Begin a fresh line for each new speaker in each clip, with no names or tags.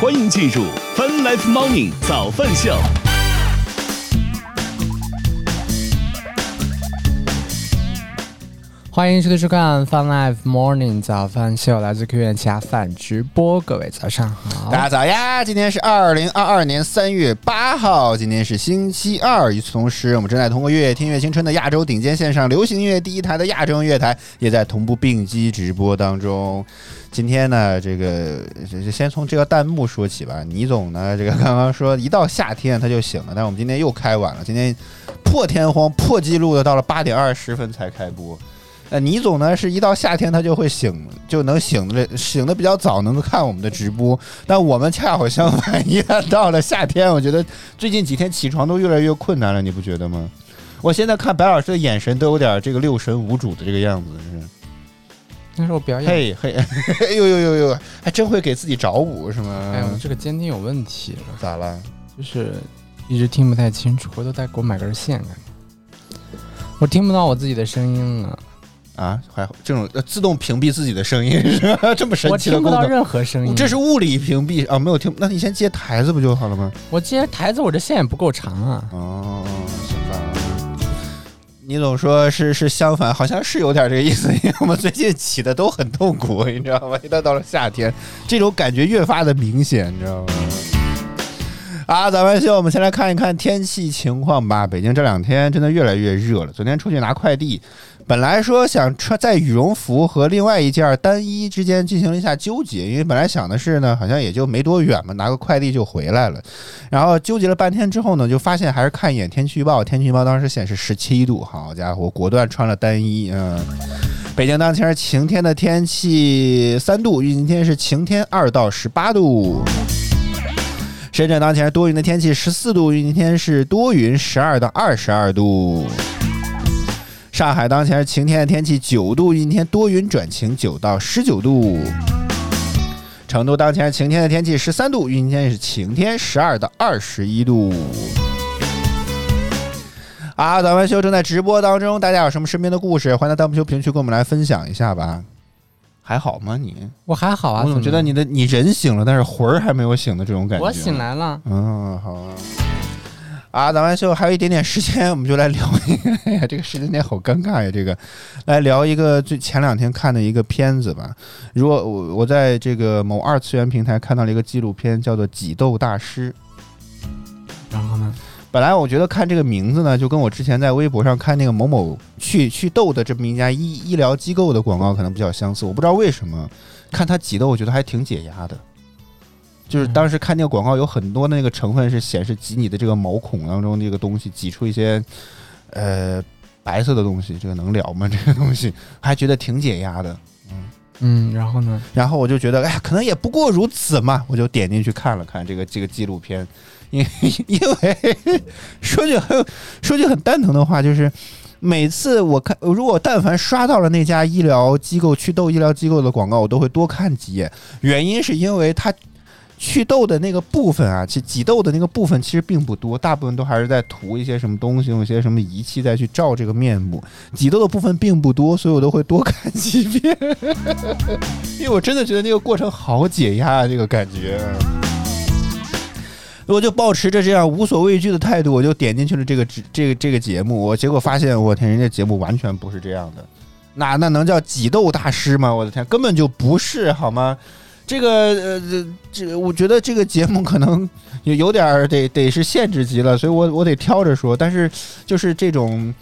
欢迎进入 Fun Life Morning 早饭秀。
欢迎收听收看 Fun Life Morning 早饭秀，来自 Q 院加饭直播，各位早上好
大。家早呀！今天是二零二二年三月八号，今天是星期二。与此同时，我们正在通过“越听越青春”的亚洲顶尖线上流行音乐第一台的亚洲音乐台，也在同步并机直播当中。今天呢，呃这个这这先从这个弹幕说起吧。倪总呢，这个刚刚说一到夏天他就醒了，但我们今天又开晚了，今天破天荒破纪录的到了八点二十分才开播。呃，倪总呢是一到夏天他就会醒，就能醒的醒的比较早，能够看我们的直播。但我们恰好相反，一旦到了夏天，我觉得最近几天起床都越来越困难了，你不觉得吗？我现在看白老师的眼神都有点这个六神无主的这个样子，是
那是我表演，
嘿嘿，嘿呦呦呦呦，还真会给自己找补是吗？
哎，我这个监听有问题了，
咋了？
就是一直听不太清楚，回头再给我买根线看看。我听不到我自己的声音了，
啊，还好这种呃自动屏蔽自己的声音是吧？这么神
我
奇的
听
功
不到
能，
任何声音。
这是物理屏蔽啊，没有听，那你先接台子不就好了吗？
我接台子，我这线也不够长啊。
哦，行吧。你总说是是相反，好像是有点这个意思，因为我们最近起的都很痛苦，你知道吗？一旦到了夏天，这种感觉越发的明显，你知道吗？啊，咱们秀，我们先来看一看天气情况吧。北京这两天真的越来越热了。昨天出去拿快递，本来说想穿在羽绒服和另外一件单衣之间进行了一下纠结，因为本来想的是呢，好像也就没多远嘛，拿个快递就回来了。然后纠结了半天之后呢，就发现还是看一眼天气预报。天气预报当时显示十七度，好家伙，我果断穿了单衣。嗯，北京当前是晴天的天气，三度，预计今天是晴天二到十八度。深圳当前是多云的天气，十四度，预计今天是多云十二到二十二度。上海当前是晴天的天气，九度，阴天多云转晴，九到十九度。成都当前是晴天的天气，十三度，阴天是晴天，十二到二十一度。啊，咱们秀正在直播当中，大家有什么身边的故事，欢迎在弹幕区评论区跟我们来分享一下吧。还好吗你？
我还好啊，
我总觉得
么
你的你人醒了，但是魂儿还没有醒的这种感觉。
我醒。来了。
嗯，好啊。啊，咱们就还有一点点时间，我们就来聊一个。哎呀，这个时间点好尴尬呀！这个，来聊一个最前两天看的一个片子吧。如果我我在这个某二次元平台看到了一个纪录片，叫做《挤痘大师》。
然后呢？
本来我觉得看这个名字呢，就跟我之前在微博上看那个某某祛祛痘的这么一家医医疗机构的广告可能比较相似。我不知道为什么看它挤痘，我觉得还挺解压的。就是当时看那个广告，有很多的那个成分是显示挤你的这个毛孔当中这个东西挤出一些呃白色的东西，这个能聊吗？这 个东西还觉得挺解压的。
嗯，然后呢？
然后我就觉得，哎呀，可能也不过如此嘛，我就点进去看了看这个这个纪录片，因因为 说句很说句很蛋疼的话，就是每次我看，如果但凡刷到了那家医疗机构祛痘医疗机构的广告，我都会多看几眼，原因是因为它。祛痘的那个部分啊，其挤痘的那个部分其实并不多，大部分都还是在涂一些什么东西，用一些什么仪器再去照这个面部。挤痘的部分并不多，所以我都会多看几 遍。因为哎我真的觉得那个过程好解压啊，这个感觉。我就保持着这样无所畏惧的态度，我就点进去了这个这个这个节目。我结果发现，我天，人家节目完全不是这样的，那那能叫挤痘大师吗？我的天，根本就不是好吗？这个呃，这这，我觉得这个节目可能 有有点儿得得是限制级了，所以我我得挑着说。但是就是这种，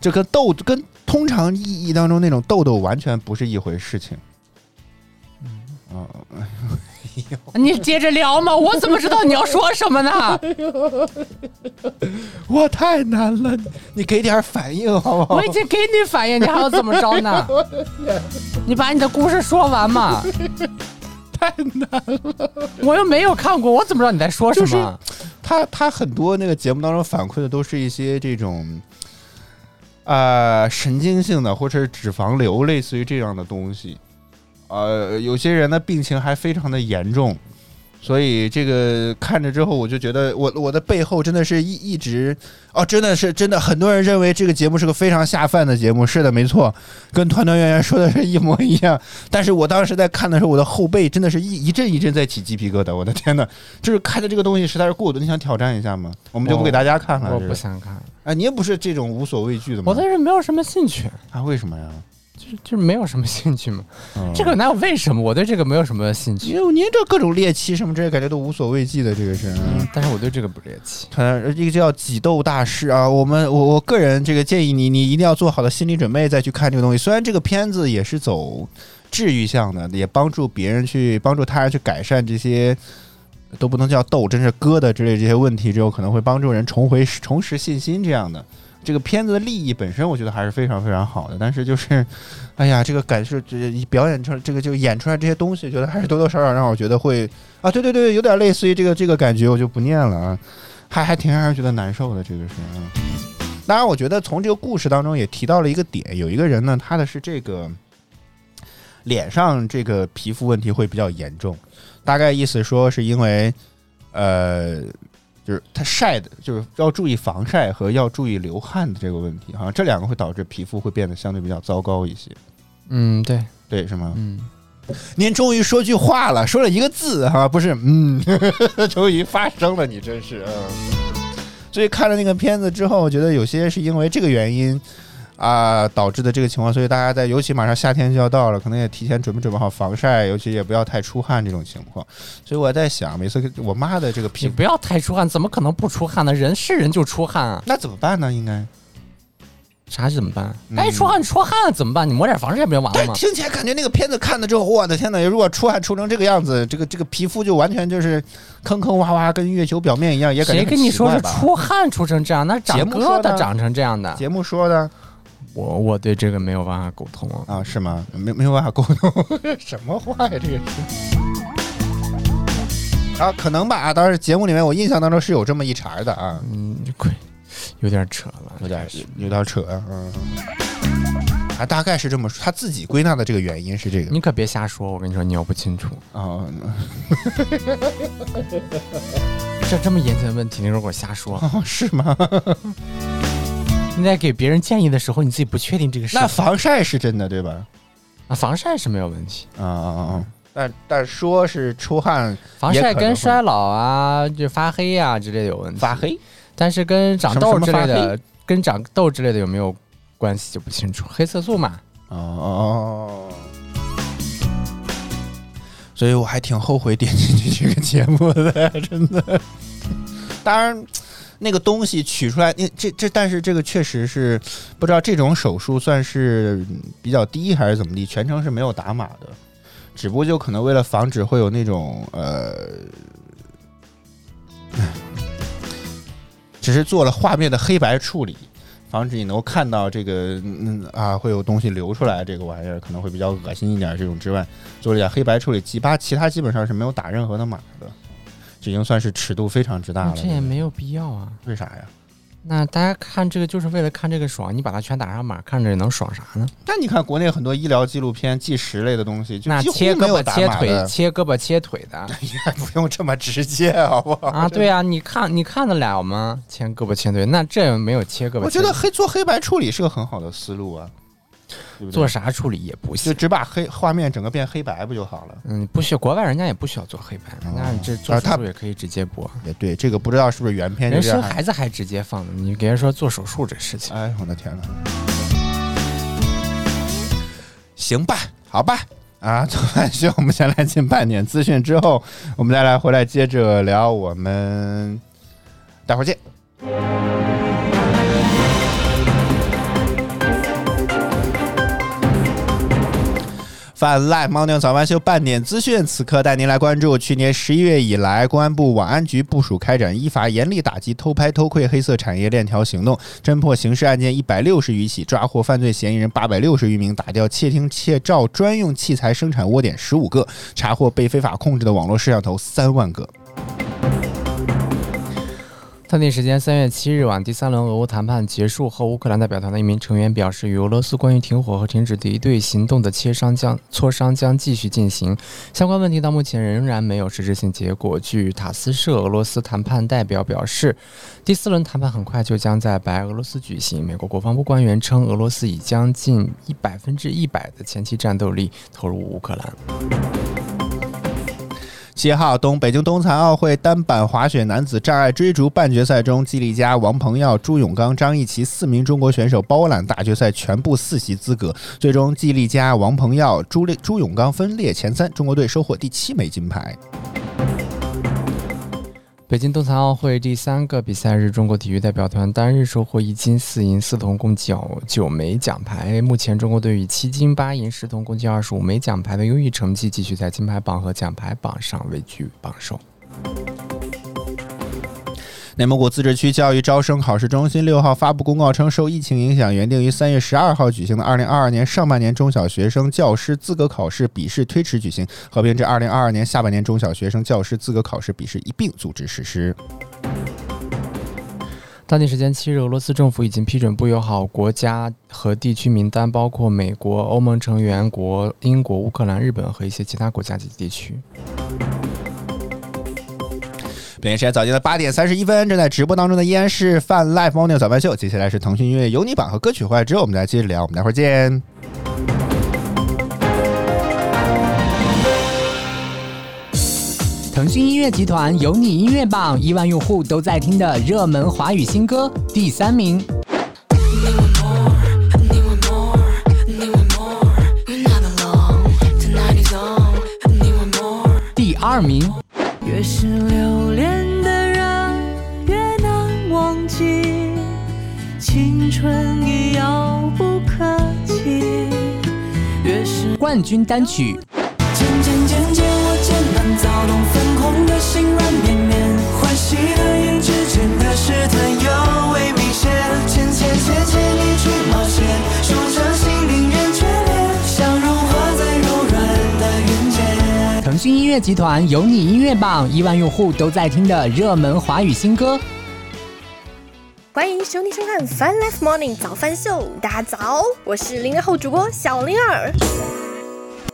这跟痘跟通常意义当中那种痘痘完全不是一回事情。嗯，
你接着聊嘛，我怎么知道你要说什么呢？
我太难了，你你给点反应好不好
我？已经给你反应，你还要怎么着 呢？你把你的故事说完嘛。
太难。
我又没有看过，我怎么知道你在说什么？
他他很多那个节目当中反馈的都是一些这种，呃，神经性的或者是脂肪瘤，类似于这样的东西。呃，有些人的病情还非常的严重。所以这个看着之后，我就觉得我我的背后真的是一一直哦，真的是真的，很多人认为这个节目是个非常下饭的节目，是的，没错，跟团团圆圆说的是一模一样。但是我当时在看的时候，我的后背真的是一一阵一阵在起鸡皮疙瘩，我的天呐，就是看着这个东西实在是过度，你想挑战一下吗？我们就不给大家看了，
哦我
是
不想看，
哎，你也不是这种无所畏惧的吗？
我对这没有什么兴趣，
啊，为什么呀？
就就没有什么兴趣嘛。
嗯
这个哪有为什么？我对这个没有什么兴趣，
您您这各种猎奇什么这些，感觉都无所畏惧的，这个啊是。
但是我对这个不猎奇。
团一个叫挤痘大师啊，我们我我个人这个建议你，你一定要做好的心理准备再去看这个东西。虽然这个片子也是走治愈向的，也帮助别人去帮助他人去改善这些都不能叫痘，真是疙瘩之类这些问题之后，可能会帮助人重回重拾信心这样的。这个片子的利益本身，我觉得还是非常非常好的，但是就是，哎呀，这个感受，这表演出来这个就演出来这些东西，觉得还是多多少少让我觉得会啊，对对对，有点类似于这个这个感觉，我就不念了啊。还还挺让人觉得难受的，这个是。嗯当然，我觉得从这个故事当中也提到了一个点，有一个人呢，他的是这个脸上这个皮肤问题会比较严重，大概意思说是因为呃，就是他晒的，就是要注意防晒和要注意流汗的这个问题，好像这两个会导致皮肤会变得相对比较糟糕一些，
嗯，对，
对，是吗？
嗯，
您终于说句话了，说了一个字哈、不是，嗯， 终于发声了，你真是，嗯。所以看了那个片子之后，我觉得有些是因为这个原因啊、导致的这个情况，所以大家在尤其马上夏天就要到了，可能也提前准备准备好防晒，尤其也不要太出汗这种情况。所以我在想，每次我妈的这个
你
皮肤，
不要太出汗，怎么可能不出汗呢？人是人就出汗啊，
那怎么办呢？应该，
啥怎么办？
嗯
该出汗出汗怎么办？你抹点防晒不就完了
但
吗？
听起来感觉那个片子看了之后，我的天呐，如果出汗出成这个样子，这个这个皮肤就完全就是坑坑洼洼，跟月球表面一样，也感觉
谁
很
跟你
奇
说
怪
是
吧
出汗出成这样？那长
节目说
疙
的
瘩长成这样的，
节目说的
我我对这个没有办法沟通啊。
啊，是吗？没没有办法沟通， 什么话呀？这个是啊，可能吧啊，当时节目里面我印象当中是有这么一茬儿的啊，
嗯，亏，有点扯了，
有点有点扯啊，嗯，啊，大概是这么说，他自己归纳的这个原因是这个
你可别瞎说，我跟你说，你要不清楚，
啊，
这这么严谨的问题，你如果瞎说，
哦是吗？
你在给别人建议的时候，你自己不确定这个事
那防晒是真的对吧？
啊，防晒是没有问题，
啊啊啊啊！但但说是出汗
防
也
晒
可能
跟
会
衰老啊、就发黑啊之类的有问题，
发，黑，
但是跟长
什么
痘
什么
之类
发
的，跟长痘之类的有没有关系就不清楚，黑色素嘛，
哦哦哦。所以我还挺后悔点进去这个节目的， 真的。当然，那个东西取出来，那这这，但是这个确实是不知道这种手术算是比较低还是怎么地，全程是没有打码的，只不过就可能为了防止会有那种呃， 只是做了画面的黑白处理，防止你能够看到这个嗯啊会有东西流出来，这个玩意儿可能会比较恶心一点这种之外，做了一点黑白处理，其他其他基本上是没有打任何的码的，这已经算是尺度非常之大了。
哦嗯这也没有必要啊。
为啥呀？
那大家看这个就是为了看这个爽，你把它全打上码，看着能爽啥呢？
那你看国内很多医疗纪录片、纪实类的东西，就
那
几乎
切
没
胳
有
膊
打
切
码的
腿，切胳膊切腿 的
还不用这么直接，好不好？
啊，对啊，你看你看得了吗？切胳膊切腿，那这没有切胳膊。
我觉
切
得
腿
黑做黑白处理是个很好的思路啊，对不对
做啥处理也不
就
行。
只把黑画面整个变黑白不就好了？
嗯，不需要，国外人家也不需要做黑白，
哦
那你这做
啊他
手术也可以直接播。
也对，这个不知道是不是原片就
人
这
生
样。
孩子还直接放呢，你别说做手术这事情。
哎，我的天呐！行吧，好吧，啊， 做完休，我们先来进半点资讯，之后我们再来回来接着聊，我们待会儿见。泛滥猫尿早晚秀半点资讯，此刻带您来关注去年十一月以来，公安部网安局部署开展依法严厉打击偷拍偷窥黑色产业链条行动，侦破刑事案件一百六十余起，抓获犯罪嫌疑人八百六十余名，打掉窃听窃照专用器材生产窝点十五个，查获被非法控制的网络摄像头三万个。
特定时间三月七日晚，第三轮俄乌谈判结束后，乌克兰代表团的一名成员表示，与俄罗斯关于停火和停止敌对行动的磋商将磋商将继续进行，相关问题到目前仍然没有实质性结果。据塔斯社，俄罗斯谈判代表表示，第四轮谈判很快就将在白俄罗斯举行。美国国防部官员称，俄罗斯已将近一百分之一百的前期战斗力投入乌克兰。
七号，东北京冬残奥会单板滑雪男子障碍追逐半决赛中，季丽佳、王鹏耀、朱永刚、张艺琪四名中国选手包揽大决赛全部四席资格。最终，季丽佳、王鹏耀、朱丽朱永刚分列前三，中国队收获第七枚金牌。
北京冬残奥会第三个比赛日，中国体育代表团单日收获一金四银四铜，共九九枚奖牌。目前，中国队以七金八银十铜，共计二十五枚奖牌的优异成绩，继续在金牌榜和奖牌榜上位居榜首。
内蒙古自治区教育招生考试中心六号发布公告称，受疫情影响，原定于三月十二号举行的二零二二年上半年中小学生教师资格考试笔试推迟举行，合并至二零二二年下半年中小学生教师资格考试笔试一并组织实施。
当地时间七日，俄罗斯政府已经批准不友好国家和地区名单，包括美国、欧盟成员国、英国、乌克兰、日本和一些其他国家及地区。
北京时间早间的八点三十一分，正在直播当中的依然是泛 Live Morning 早饭秀，接下来是腾讯音乐有你榜和歌曲回来之后，我们再接着聊，我们待会儿见。
腾讯音乐集团有你音乐榜亿万用户都在听的热门华语新歌第三名，第二名，
越是留恋的人，越难忘记，青春已遥不可及。越是
冠军单曲
渐渐渐渐，我渐慢躁动，粉红的心软绵绵，欢喜的眼之间的试探尤为明显。浅浅浅浅，你去冒险，数着心灵人眷恋，想融化在柔软的云间。
腾讯音乐集团有你音乐榜亿万用户都在听的热门华语新歌。
欢迎收听收看《Fun Life Morning 早饭秀》，大家早，我是零零后主播小灵儿。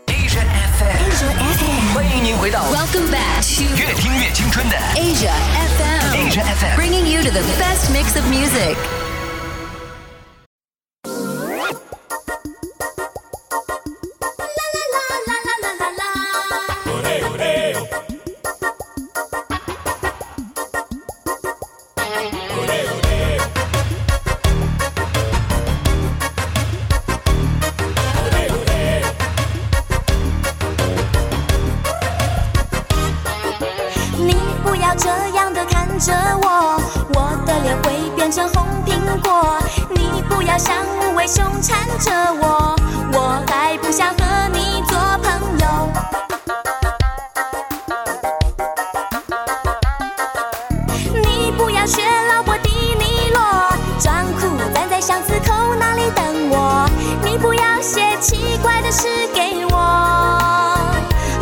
Asia FM，欢迎您回到
Welcome back to
越听越青春的
Asia
Asia
FM,
FM。
bringing you to the best mix of music.
你不要这样的看着我，我的脸会变成红苹果。你不要像无尾熊缠着我，我还不想和你做朋友。你不要学老伯迪尼洛，装酷站在巷子口那里等我。你不要写奇怪的诗给我，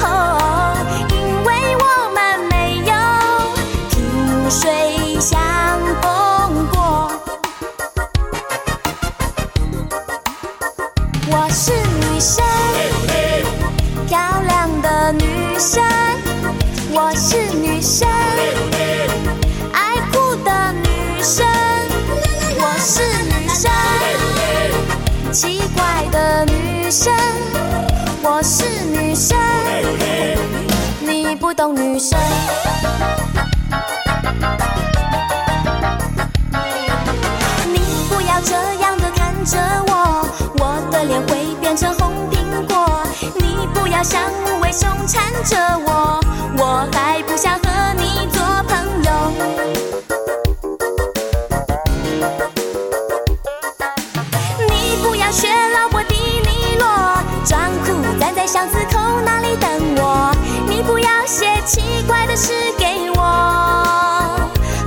哦，因为我们没有萍水相逢过。我是女生，漂亮的女生。我是女生。爱哭的女生，我是女生；奇怪的女生，我是女生。你不懂女生。你不要这样的看着我，我的脸会变成红苹果。你不要像无尾熊缠着我，我还不想和你做朋友。你不要学老伯迪尼洛，装酷站在巷子口那里等我。你不要写奇怪的诗给我，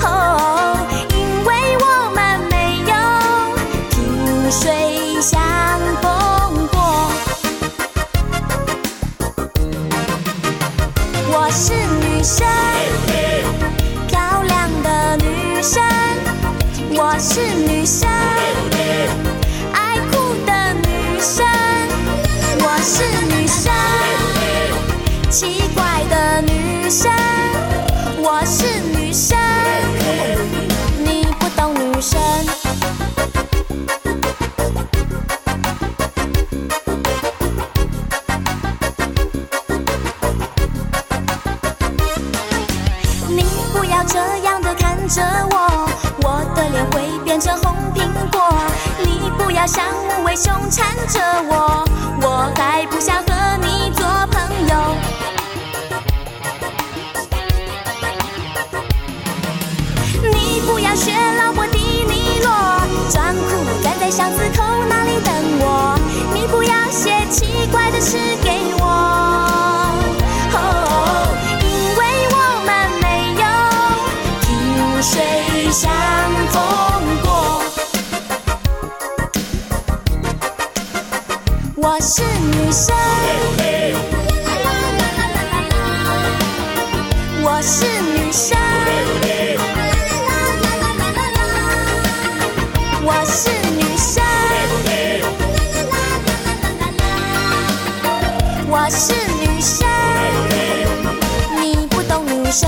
哦，因为我们没有萍水相逢过。我是女生，漂亮的女女生，我是女生，爱哭的女生，我是女生，奇怪的女生，我是女生，你不懂女生。你不要这样的看着我，我的脸会变成红苹果。你不要像无尾熊缠着我，我还不想和你做朋友。你不要学劳勃迪尼洛，装酷站在巷子口那里等我。你不要写奇怪的诗给我，哦，因为我们没有萍水相逢过。我是女生，我是女生。我是女生，我是女生，你不懂女生。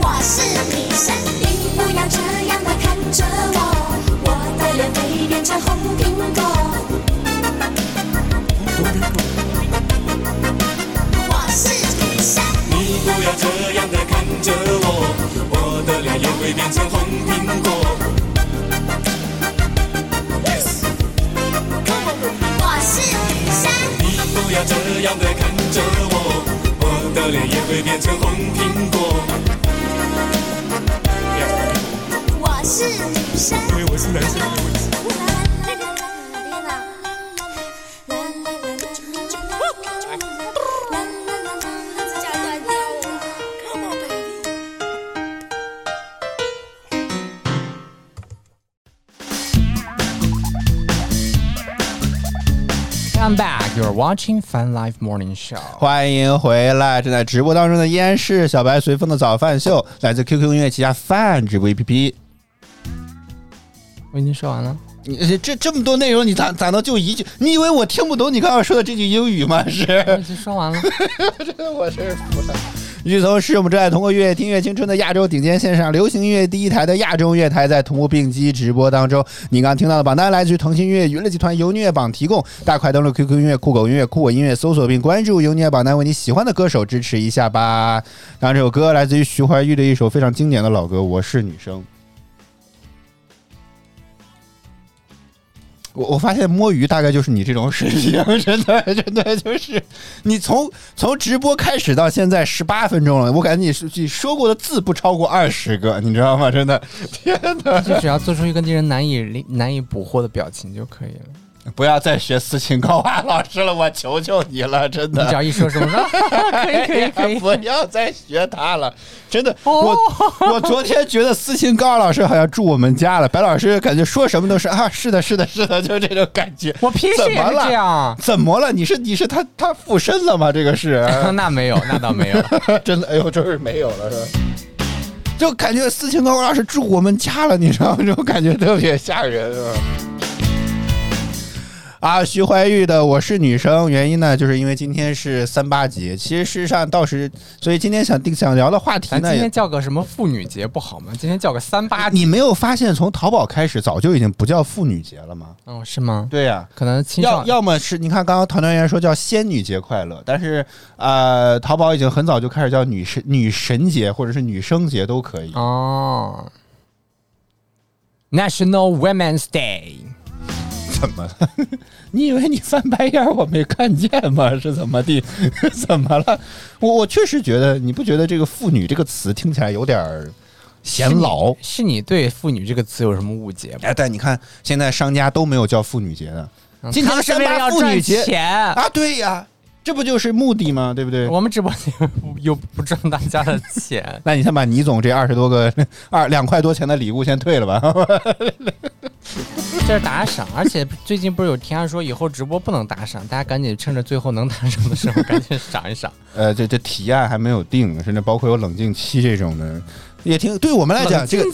我是女生，你不要这样的看着我，我的脸会变成红苹果。我是女生，
你不要这样的看着我，我的脸也会变成红苹果。
我是女生，
你不要这样的看着我，我的脸也会变成红苹果。
我是女生。
因为我是男生。
Come back, you're watching Fun Life Morning Show。
欢迎回来！正在直播当中的依然是小白随风的早饭秀，来自 QQ 音乐旗下泛直播 APP。
我已经 说完了。
你这这么多内容，你咋咋能就一句？你以为我听不懂你刚刚说的这句英语吗？是。
我已经说完了。
我真是服了。与此同时，我们正在通过“乐听乐青春”的亚洲顶尖线上流行音乐第一台的亚洲乐台在同步并机直播当中。你刚刚听到的榜单来自于腾讯音乐娱乐集团由音乐榜提供，大家快登录 QQ 音乐、酷狗音乐、酷我音乐搜索并关注由音乐榜单，为你喜欢的歌手支持一下吧。然后这首歌来自于徐怀钰的一首非常经典的老歌《我是女生》。我我发现摸鱼大概就是你这种水平， 真的真的就是你从从直播开始到现在十八分钟了，我感觉你是你说过的字不超过二十个，你知道吗？真的， 天哪！
就只要做出一个令人难以理难以捕获的表情就可以了。
不要再学斯琴高娃老师了，我求求你了，真
你只
的。
要一说什么， 可以可以可以。哦
不要再学他了，真的。我我昨天觉得斯琴高娃老师好像住我们家了，白老师感觉说什么都是啊，是的，是的，是的，就这种感觉。
我平时
怎
也
么
是
了
这样。
怎么了？你是你是他他附身了吗？这个是。 啊
那没有，那倒没 有。
真的，哎呦，真是没有了，是吧？就感觉斯琴高娃是住我们家了，你知道吗？这种感觉特别吓人，是吧？啊，徐怀钰的《我是女生》，原因呢，就是因为今天是三八节。其实事实上，到时，所以今天想定想聊的话题
咱
呢，
今
也
天叫个什么妇女节不好吗？今天叫个三八节。
你没有发现从淘宝开始早就已经不叫妇女节了吗？
哦，是吗？
对呀、
可能青
要
少
要么是你看，刚刚团团圆说叫仙女节快乐，但是呃，淘宝已经很早就开始叫女神女神节或者是女生节都可以。
哦。National Women's Day，
怎么 了？你以为你翻白眼我没看见吗？是怎么地？ 怎么了？我我确实觉得，你不觉得这个“妇女”这个词听起来有点儿显老？
是你对“妇女”这个词有什么误解 吗？
哎，但你看现在商家都没有叫妇女节的
嗯
今天
他们是为了
三八
要
妇女
赚
节
钱，
啊！对呀、这不就是目的吗？对不对？，
我们直播间又不赚大家的钱
那你先把倪总这二十多个 二两块多钱的礼物先退了吧。
这是打赏。而且最近不是有提案说以后直播不能打赏，大家赶紧趁着最后能打赏的时候赶紧赏一赏。
呃，这这提案还没有定，甚至包括有冷静期这种的，也挺对我们来讲，这个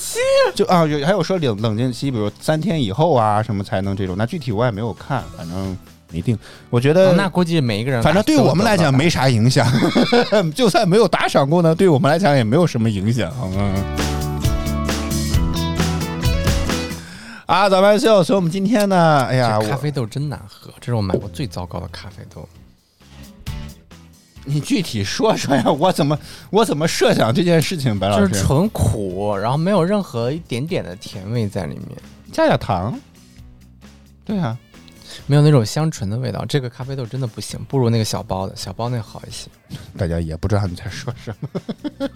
就啊，有还有说冷冷静期，比如三天以后啊什么才能这种，那具体我也没有看，反正没定。我觉得、
哦那估计每一个人，
呃反正对我们来讲没啥影响， 就算没有打赏功能，对我们来讲也没有什么影响。嗯。啊，早班秀，所以我们今天呢，哎呀，
这
我
咖啡豆真难喝，这是我买过最糟糕的咖啡豆。
你具体说说呀，我怎么我怎么设想这件事情，白老
就
师？
是纯苦，然后没有任何一点点的甜味在里面，
加点糖。对啊，
没有那种香醇的味道。这个咖啡豆真的不行，不如那个小包的，小包那好一些。
大家也不知道你在说什么。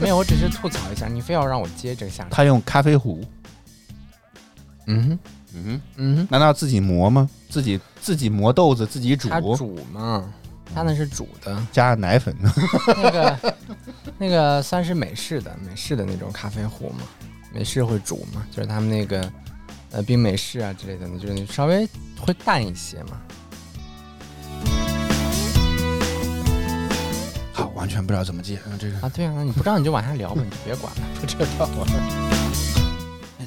没有，我只是吐槽一下，你非要让我接着下去。
他用咖啡壶，
嗯哼
嗯哼，
嗯哼，
难道自己磨吗？自己自己磨豆子，自己煮，
它煮嘛，它那是煮的，
加奶粉。
那个那个算是美式的美式的那种咖啡壶嘛，美式会煮嘛，就是他们那个呃冰美式啊之类的，就是你稍微会淡一些嘛。
好，完全不知道怎么接。嗯这个
啊，对啊，那你不知道你就往下聊吧，你就别管了。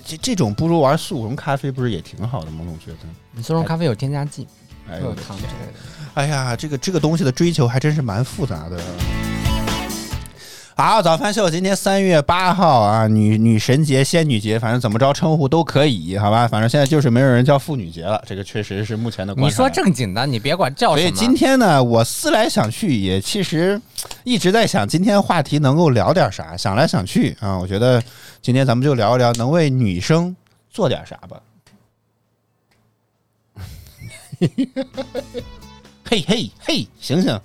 这这种不如玩速溶咖啡，不是也挺好的吗？我觉得。
你速溶咖啡有添加剂，
哎
会
呦
有
我的
糖之
天
类的。
哎呀，这个这个东西的追求还真是蛮复杂的。好，早饭秀今天三月八号啊，女女神节、仙女节，反正怎么着称呼都可以，好吧？反正现在就是没有人叫妇女节了，这个确实是目前的观察。
你说正经的，你别管叫
所
哦什
以
么。
今天呢，我思来想去，也其实一直在想今天话题能够聊点啥。想来想去啊，我觉得今天咱们就聊一聊能为女生做点啥 吧。嘿嘿嘿，醒醒！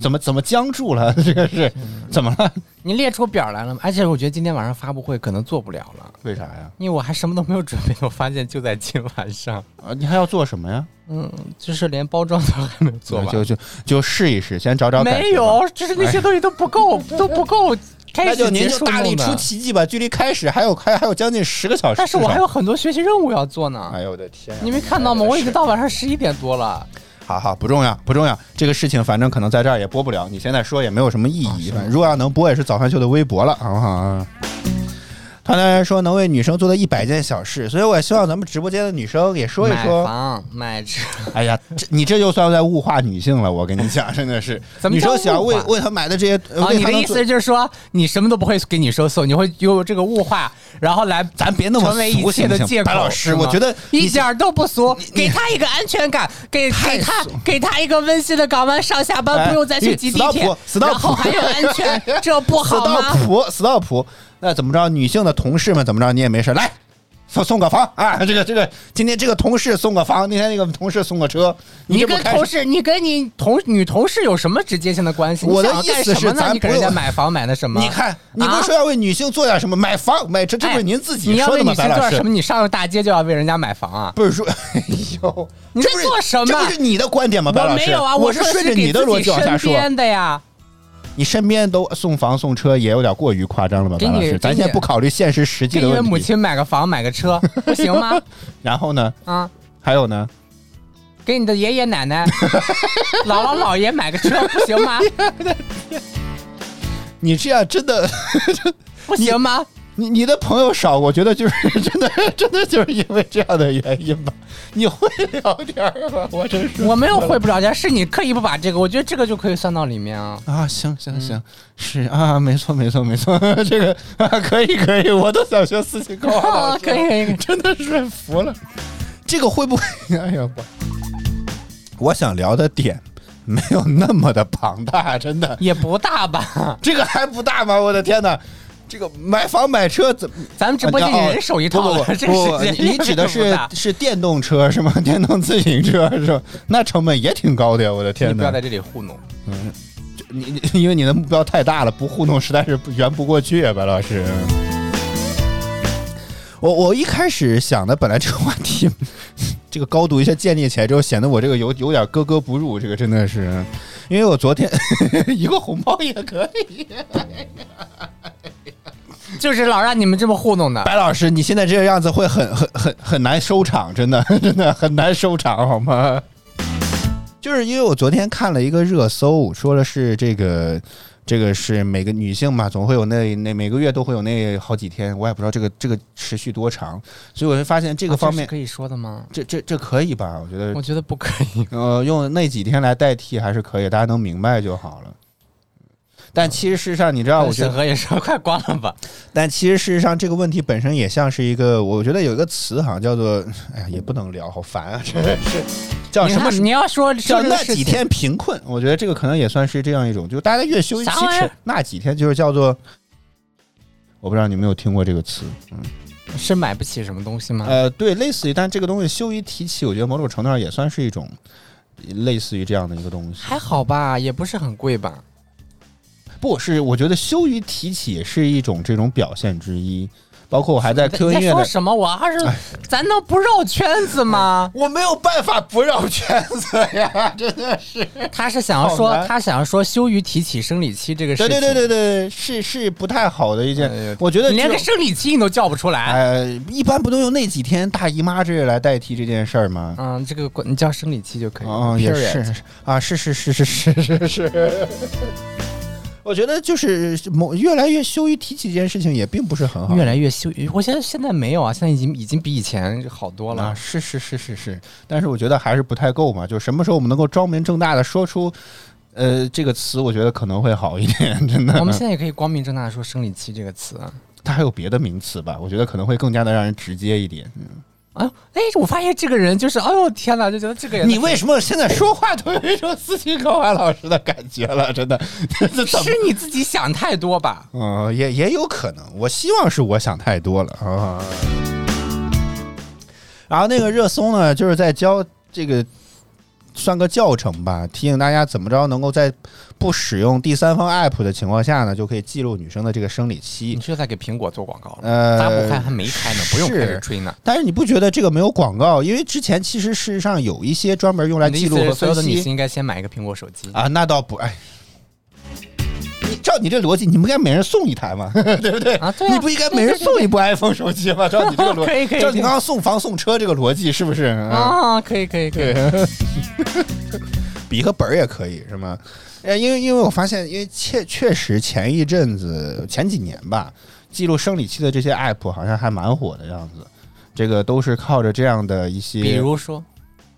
怎么怎么僵住了？ 这个是
嗯
怎么了？
你列出表来了吗？而且我觉得今天晚上发布会可能做不了了，
为啥呀？
因为我还什么都没有准备。我发现就在今晚上，
啊，你还要做什么呀？
嗯，就是连包装都还没有做完。
就就就试一试，先找找感觉吧。哎
没有，就是那些东西都不够，都不够开
那就
始
您
结
就
束
大力
弄
出
的。
奇迹吧！距离开始还有还还有将近十个小时。
但是我
至少
还有很多学习任务要做呢，
哎呦我的天、呀！
你没看到吗？我已经到晚上十一点多了。
好好，不重要，不重要。这个事情反正可能在这儿也播不了，你现在说也没有什么意
啊
义。反正如果要能播，也是早饭秀的微博了，好不好啊？团团说能为女生做的一百件小事，所以我也希望咱们直播间的女生也说一
买
说。
房买车，
哎呀，这你这就算在物化女性了，我跟你讲，真的是。
怎么
女
叫
生想为
物化
为她买的这些，呃
啊，
为
你
她
的
能
意
做
思就是说你什么都不会给女生送，你会用这个物化，然后来
咱别那么
成为一
俗
切
行
的
不行
借口。
白老师
是吗
我觉得你
一点儿都不俗，给他一个安全感，给
太
给他
俗
给他一个温馨的港湾，上下班
哎
不用再去挤地铁
你，，stop，stop
然后还有安全， 这不好吗？
？stop stop，那怎么着？女性的同事们怎么着？你也没事，来送送个房啊！这个这个，今天这个同事送个房，那天那个同事送个车，
你
这不
跟
开
同
始
事，你跟你同女同事有什么直接性的关系？你
我的
想要干
意思
什么
是咱
呢？你给
不
人家
用
买房买的什么？
你看，你不
啊
是说要为女性做点什么？买房买车，这不
哎
是您自己
你要
说
为
的吗？
女
白
性做
老
点
师
什。么？你上了大街就要为人家买房啊？
不是说，哎呦，
你
这
在
不是
做什么
这不是你的观点吗？白
我
老师，
没有啊，
我
说
顺着
给
你的
自己
逻辑往下
身
说。
边的呀。
你身边都送房送车，也有点过于夸张了吧？
给
白老
你
师，咱
给
先
你
不考虑现实实际
给
的
你的
问
母
题。
亲买个房买个 车，不行吗？
然后呢？
啊，
还有呢？
给你的爷爷奶 奶、姥姥姥爷买个车，不行吗？
你这样真的。
不行吗？
你你的朋友少，我觉得就是真的， 真的就是因为这样的原因吧。你会聊天儿吗？我真是
我没有会不了解，是你刻意不把这个，我觉得这个就可以算到里面啊。
啊，行行行，是啊，没错没错没错， 这个啊可以可以，我都想学四星高娃老
啊，
师
可以可以，可以
真的是服了。这个会 不会？哎呀，我我想聊的点没有那么的庞大，真的，
也不大 吧？
这个还不大吗？我的天哪！这个买房买车怎么？
咱们直播间
啊
人手一套
不
了
不不，
这
不
个世界
你你指的
不
是
大
是电动车是吗？ 电动自行车是吧？那成本也挺高的呀，我的
你
天
不要
哪
在！这里糊弄。
你你因为你的目标太大了，不糊弄实在是圆不过去啊，白老师。我我一开始想的本来这个话题，这个高度一下建立起来之后，显得我这个有有点格格不入，这个真的是。因为我昨天 一个红包也可以。
就是老让你们这么糊弄的。
白老师，你现在这个样子会很很很很难收场，真的 真的很难收场，好吗？就是因为我昨天看了一个热搜，说的是这个。这个是每个女性嘛，总会有那那每个月都会有那好几天，我也不知道这个这个持续多长，所以我就发现哦这
这
个方面，
可以说的吗？
这这这可以吧？我觉得
我觉得不可以。
呃，用那几天来代替还是可以，大家能明白就好了。嗯但其实事实上，你知啊道，我觉
审
得，
核也说快关了吧。
但其实事实上，这个问题本身也像是一个，我觉得有一个词好像叫做，哎呀，也不能聊，好烦啊，真的是叫
你
啊什么
看？你要说
叫
这个
那
事
几
情，
天贫困，我觉得这个可能也算是这样一种，就大家越羞于
啥
启
玩意
齿
儿。
那几天就是叫做，我不知道你有没有听过这个词，
是买不起什么东西吗？
呃，对，类似于，但这个东西羞于提起，我觉得某种程度上也算是一种类似于这样的一个东西。
还好吧，也不是很贵 吧。
不是，我觉得羞于提起也是一种这种表现之一。包括我还在 Q
你
音
在
乐
说
的，哎
什么？我要是咱能不绕圈子吗？
我没有办法不绕圈子呀， 真的是。
他是想要说
哎好，难
他想要说羞于提起生理期这个事
对
情。
对对对对，是是不太好的一件。
哎呀
我觉得
你连
这
个
种
生理期你都叫不出来。
呃，一般不都用那几天大姨妈之类来代替这件事儿吗？
嗯，这个管你叫生理期就可以了。
哦，也
period
是啊，是是是是是是是。 我觉得就是某越来越羞于提起这件事情，也并不是很好。
越来越羞，我现在现在没有啊，现在已经已经比以前好多了。
啊，是是是是是，但是我觉得还是不太够嘛。就什么时候我们能够光明正大的说出，呃，这个词，我觉得可能会好一点。真的，
我们现在也可以光明正大地说“生理期”这个词。
它还有别的名词吧？我觉得可能会更加的让人直接一点。
哎呦，哎，我发现这个人就是，哎呦天哪，就觉得这个人
你为什么现在说话都有一种斯琴高娃老师的感觉了？真的， 这怎么
是？你自己想太多吧？
嗯、也也有可能。我希望是我想太多了啊。然后那个热搜呢，就是在教这个算个教程吧，提醒大家怎么着能够在不使用第三方 app 的情况下呢，就可以记录女生的这个生理期
你。是在给苹果做广告了？
呃，
咱不开还没开呢，不用开始
是。
吹呢。
但是你不觉得这个没有广告？因为之前其实事实上有一些专门用来
你的
记
意思
录
是
和
所有
分
的女
析
性应该先买一个苹果手机？
啊，那倒不哎。你照你这逻辑，你不应该每人送一台吗？
啊，对啊，
你不应该每人送一部 iPhone 手机吗？照 你这个逻
可以可
辑，
以
照你刚刚送房送车这个逻辑，是不是？啊，
啊，可以可以可以。
对，笔和本儿也可以是吗？呃，因为因为我发现，因为确确实前一阵子前几年吧，记录生理期的这些 app 好像还蛮火的样子。这个都是靠着这样的一些，
比如说，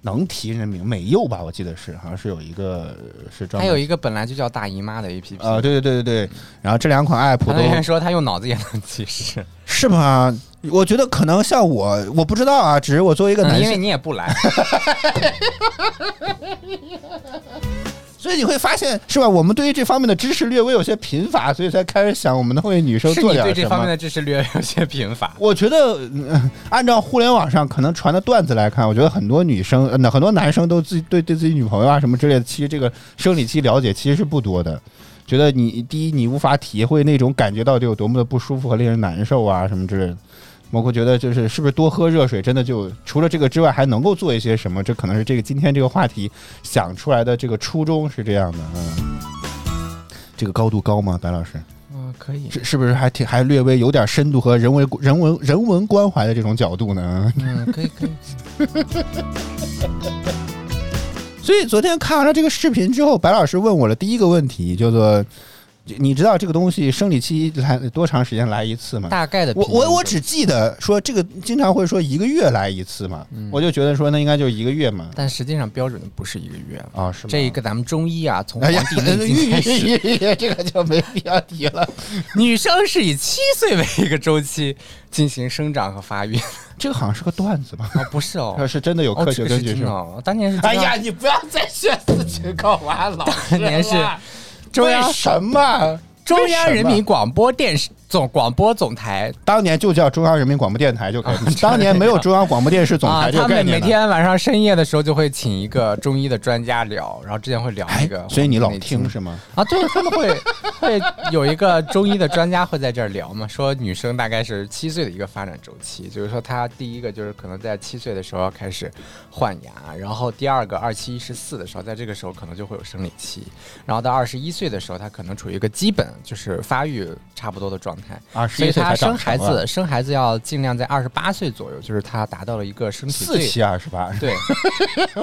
能提人名美柚吧，我记得是好像是有一个是专
还
门
有一个本来就叫大姨妈的 APP，
啊、对对对对对，然后这两款 app
很
都
多人说他用脑子也能记 事，
是吗？我觉得可能像我，我不知道啊，只是我作为一个男
嗯因
性
为，你也不来。
所以你会发现是吧？我们对于这方面的知识略微有些贫乏，所以才开始想我们能为女生
是
做
你
点
对
什
这方面
么。
的知识略有些贫乏。
我觉得、嗯按照互联网上可能传的段子来看，我觉得很多女生、呃、那很多男生都自己对对自己女朋友啊什么之类的，其实这个生理期了解其实是不多的。觉得你第一，你无法体会那种感觉到底有多么的不舒服和令人难受啊什么之类的。包括觉得就是是不是多喝热水，真的就除了这个之外还能够做一些什么？这可能是这个今天这个话题想出来的这个初衷是这样的，嗯。这个高度高吗，白老师？
嗯，可以。
是是不是还挺还略微有点深度和人文人文人文关怀的这种角度呢？
嗯，可以可以。
所以昨天看完了这个视频之后，白老师问我的第一个问题叫做：你知道这个东西生理期来多长时间来一次 吗？
大概的平
我
均就，
我我只记得说这个经常会说一个月来一次嘛，
嗯
我就觉得说那应该就是一个月嘛。
但实际上标准的不是一个月了。
啊，是吗？
这一个咱们中医啊，从《
哎
黄
呀，哎
帝内 经》开始，
这个就没必要提了。
女生是以七岁为一个周期进行生长和发育。
这个好像是个段子吧？
啊，不是 哦，
是真的有
哦，
科
这
学
个
根
是
据
真
是
的
吗？
哦。当年是，
哎呀，，你不要再学四情高 娃老师了，啊
当年是中央
为什么
中央人民广播电视总广播总台
当年就叫中央人民广播电台就可以。 当年没有中央广播电视总
啊，
台这
他
个概
们
念
每
的。
天晚上深夜的时候就会请一个中医的专家聊，然后之前会聊那
哎
个，，
所以你老听是吗？
啊，对，他们会会有一个中医的专家会在这儿聊嘛，说女生大概是七岁的一个发展周期，就是说她第一个就是可能在七岁的时候开始换牙，然后第二个二七一十四的时候，在这个时候可能就会有生理期，然后到二十一岁的时候，她可能处于一个基本就是发育差不多的状态，
21
所以
岁
她
才长
生孩
成
子
了
生孩子要尽量在二十八岁左右，就是她达到了一个身体
四啊
最
七二十八，
嗯对，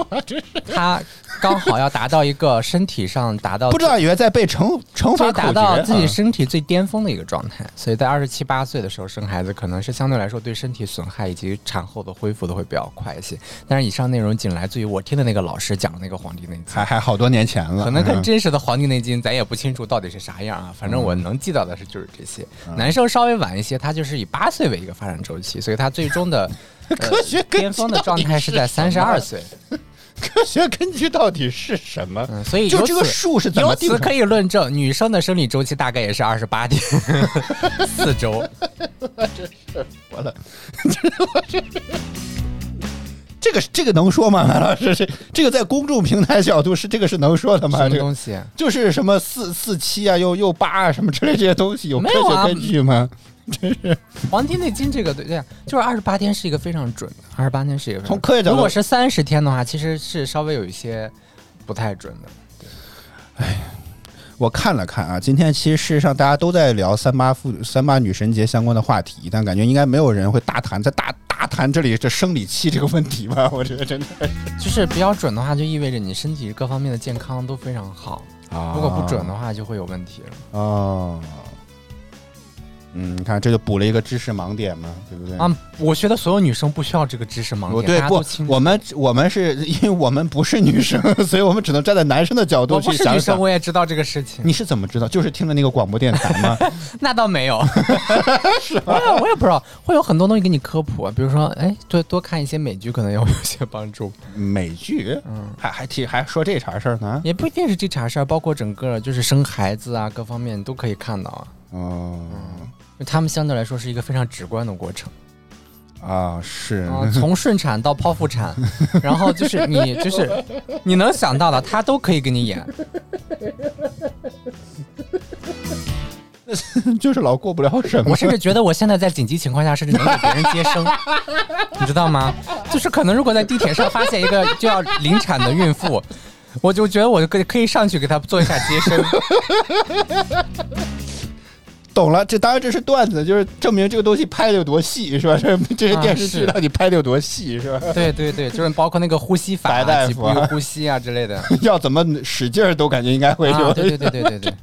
他刚好要达到一个身体上达到
不知道以为在背乘乘
最
法
达
口
到
诀。
自己
啊
身体最巅峰的一个状态，所以在二十七八岁的时候生孩子，可能是相对来说对身体损害以及产后的恢复都会比较快一些。但是以上内容仅来自于我听的那个老师讲的那个《黄帝内经》。
还啊还好多年前了，
可能跟
嗯
真实的《黄帝内经》咱也不清楚到底是啥样啊，反正我能记到的是就是这些。
嗯
男生稍微晚一些，他就是以八岁为一个发展周期，所以他最终的科
学根据
巅峰的状态是在
到
三
底
十
是什么
二岁。
科学根据到底是什么？
嗯，所以
就
由
这个
此
数是怎么
由
定出
此
来的
可？以论证，女生的生理周期大概也是二十八点四周。
完了， 这个这个能说吗？白老师，这这个在公众平台角度是这个是能说的
什
吗？
么
这个
东西？啊
就是什么四四七啊，又又八啊，什么之类这些东西有科
没有啊
学根据吗？
《黄帝内经》这个对对啊，就是二十八天是一个非常准的，二十八天是一个非常
从科学角度
如果是三十天的话，其实是稍微有一些不太准的。
我看了看啊，今天其实事实上大家都在聊三八妇三八女神节相关的话题，但感觉应该没有人会大谈在大大谈这里这生理期这个问题吧？我觉得真的
就是比较准的话，就意味着你身体各方面的健康都非常好。
啊
如果不准的话，就会有问题了。
哦，嗯，你看这就补了一个知识盲点嘛，对不对？
啊，我觉得所有女生不需要这个知识盲
我
点，
对
大家
嗯哎不
都清，楚。
我们我们是 因为我们不是女生， 所以我们只能站在男生的角度
我
去
不是
想
女生，
想。
我也知道这个事情。
你是怎么知道？就是听了那个广播电台吗？
那倒没有， 我也我也不知道，会有很多东西给你科普啊，比如说，哎，多多看一些美剧，可能也会有些帮助，
美剧，嗯，还还提还说这茬事儿呢？
也不一定是这茬事儿，包括整个就是生孩子啊，各方面都可以看到啊。
哦
嗯他们相对来说是一个非常直观的过 程
啊，是
啊，从顺产到剖腹产，然后就是你就是你能想到的，他都可以给你演。
就是老过不了审嘛
我。甚至觉得我现在在紧急情况下，甚至能给别人接生，你知道吗？就是可能如果在地铁上发现一个就要临产的孕妇，我就觉得我就可以可以上去给她做一下接生。
懂了，这当然这是段子，就是证明这个东西拍的有多细，是吧？这这
啊
些电视剧
是
到底拍的有多细，是吧？
对对对，就是包括那个呼吸法、
白大
啊、
夫
几步一个呼吸啊之类 的。
要怎么使劲儿都感觉应该会
啊，
有。
对对对对对对。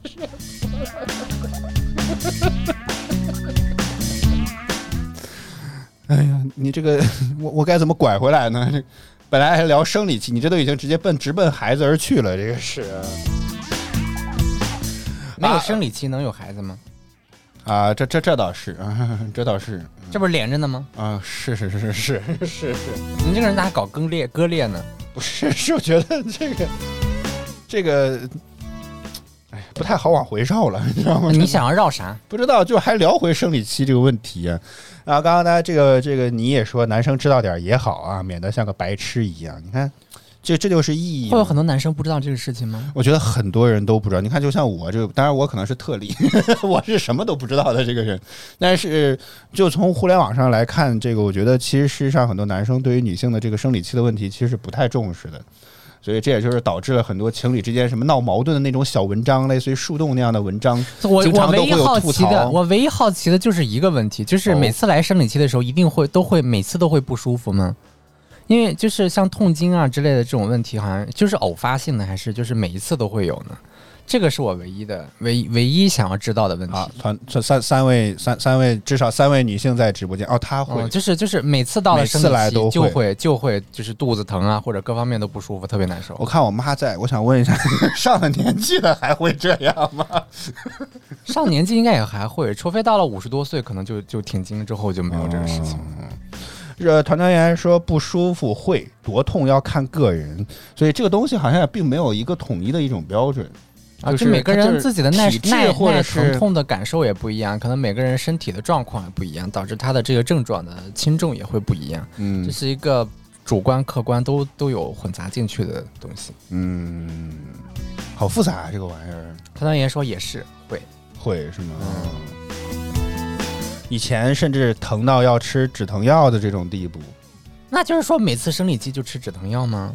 哎呀， 你这个我我该怎么拐回来呢？这本来还聊生理期，你这都已经直接奔直奔孩子而去了，这个是
没有生理期能有孩子吗？
啊，这这这倒是 啊，这倒是
这不是连着呢吗？
啊，是是是是是是是，
你这个人咋搞割裂割裂呢？
不是是我觉得这个这个，哎，不太好往回绕了，你知道吗？
你想要绕啥？
不知道，就还聊回生理期这个问题啊。然后刚刚大家这个这个你也说，男生知道点儿也好啊，免得像个白痴一样。你看，这这就是意义
会有
嘛。
很多男生不知道这个事情吗？
我觉得很多人都不知道。你看，就像我这，当然我可能是特例， 我是什么都不知道的这个人。但是，呃就从互联网上来看，这个我觉得其实事实上很多男生对于女性的这个生理期的问题其实是不太重视的。所以这也就是导致了很多情侣之间什么闹矛盾的那种小文章，类似于树洞那样的文章，
我
经
我
常
唯
都
一
会有
好
吐
奇的，
槽。
我唯一好奇的就是一个问题，就是
哦
每次来生理期的时候，一定会都会每次都会不舒服吗？因为就是像痛经啊之类的这种问题，好像就是偶发性的，还是就是每一次都会有呢？这个是我唯一的唯一唯一想要知道的问题。
啊，团这三三位三三位至少三位女性在直播间哦，她会、
嗯，就是就是每次到了
每次
生理
来
期
都
就
会
会就会就是肚子疼啊，或者各方面都不舒服，特别难受。
我看我妈在，我想问一下， 上了年纪的还会这样吗？
上年纪应该也还会，除非到了五十多岁，可能就就停经之后就没有这个事情。
哦
呃，团团圆说不舒服会多痛要看个人，所以这个东西好像也并没有一个统一的一种标准。
啊，
就
就是每个
它就
人
是
自己的耐
体质
耐
或者
耐
是
疼痛的感受也不一样，可能每个人身体的状况也不一样，导致他的这个症状的轻重也会不一样。
嗯
这是一个主观客观都都有混杂进去的东西。
嗯，好复杂、啊、这个玩意儿，
他当言说也是会，
会是吗？嗯以前甚至疼到要吃止疼药的这种地步，
那就是说每次生理期就吃止疼药吗？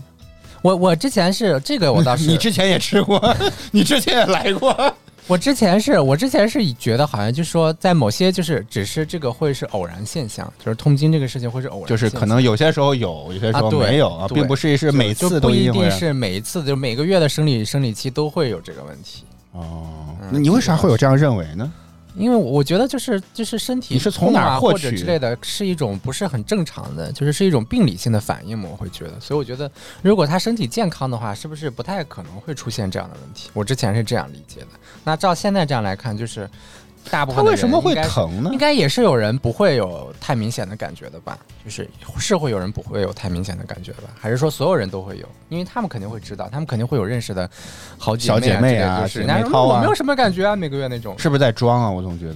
我我之前是这个，我倒 是
你之前也吃过， 你之前也来过，
我之前是我之前是以觉得好像就说在某些就是只是这个会是偶然现象，就是痛经这个事情会是偶然现
就
象，
是可能有些时候有，有些时
啊
候
对
没有啊，
对
并不是是每
就不
次都啊
一
定会
定是每一次，就每个月的生理生理期都会有这个问题。
哦。
嗯
那你为啥会有这样认为呢？
因为我觉得就是就是身体
你是从
痛啊
哪儿获
或
取
者之类的，是一种不是很正常的，就是是一种病理性的反应嘛，我会觉得。所以我觉得，如果他身体健康的话，是不是不太可能会出现这样的问题？我之前是这样理解的。那照现在这样来看，就是大部
它
分的
为
人
什么会
应该是
疼呢
应？该也是有人不会有太明显的感觉的吧？就是是会有人不会有太明显的感觉吧？还是说所有人都会有？因为他们肯定会知道，他们肯定会有认识的好姐
小姐妹
啊
啊
之类的，就是
姐妹
人家
淘
说
啊
我没有什么感觉啊，每个月那种。
是不是在装啊？我总觉得，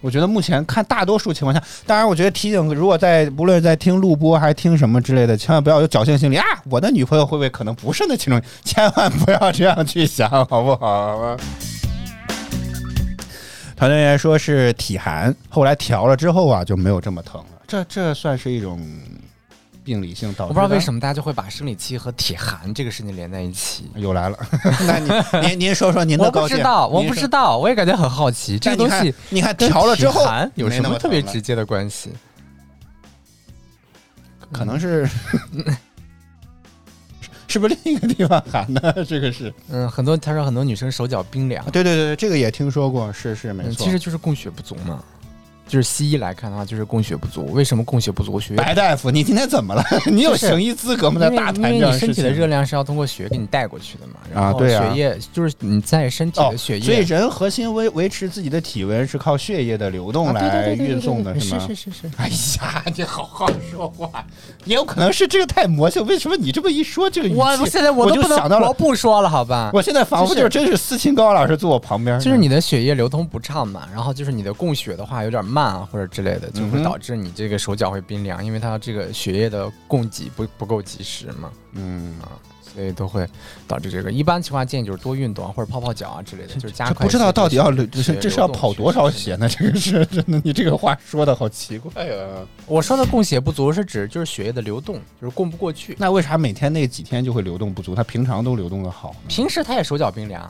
我觉得目前看大多数情况下，当然，我觉得提醒，如果在不论在听录播还是听什么之类的，千万不要有侥幸心理啊！我的女朋友会不会可能不是那其中一，千万不要这样去想，好不好？团队员说是体寒，后来调了之后啊，就没有这么疼了。这这算是一种病理性导
我不
致的。
知道为什么大家就会把生理期和体寒这个事情连在一起。
又来了。 那您您您说说您的
我
高
不
见？
知道，我
您
不
说
知。道，我也感觉很好奇，这个东
但你
西
看你看调了之后
跟体寒有
没
什
那么
么特别
疼了
直接的关系？
可能是，是不是另一个地方喊的？这个是，
嗯，很多他说很多女生手脚冰凉，
啊对对对，这个也听说过，是是没
嗯，
错。
其实就是供血不足嘛。就是西医来看的话，就是供血不足。为什么供血不足？血液
白大夫，你今天怎么了？你有
就是
行医资格吗？在大
因为
谈这
因为
样
你身体的
事情
热量是要通过血给你带过去的嘛，
啊
然后
对啊
血液就是你在身体
哦
的，血液，
所以人核心维维持自己的体温是靠血液的流动
啊对对
来
对对对
运送的，
对
吗？
是是是是，
哎呀，你好好说话，也有可能是这个太魔性。为什么你这么一说这个语气，
我现在
我
都
就
不能，
想到
我
了，
不说了，好吧？
我现在仿佛就是真是斯琴高老师坐我旁边，
就是你的血液流通不畅嘛，然后就是你的供血的话有点慢啊，或者之类的，就
嗯哼
会导致你这个手脚会冰凉，因为它这个血液的供给不不够及时嘛，啊
嗯。
所以都会导致这个。一般情况下建议就是多运动啊，或者泡泡脚啊之类的，就是加
这
快。
不知道到底要这是这是要跑多少
血
血呢？这个是真的，你这个话说的好奇怪呀、
我说的供血不足是指就是血液的流动，就是供不过去。
那为啥每天那几天就会流动不足？他平常都流动的好呢？
平时他也手脚冰凉，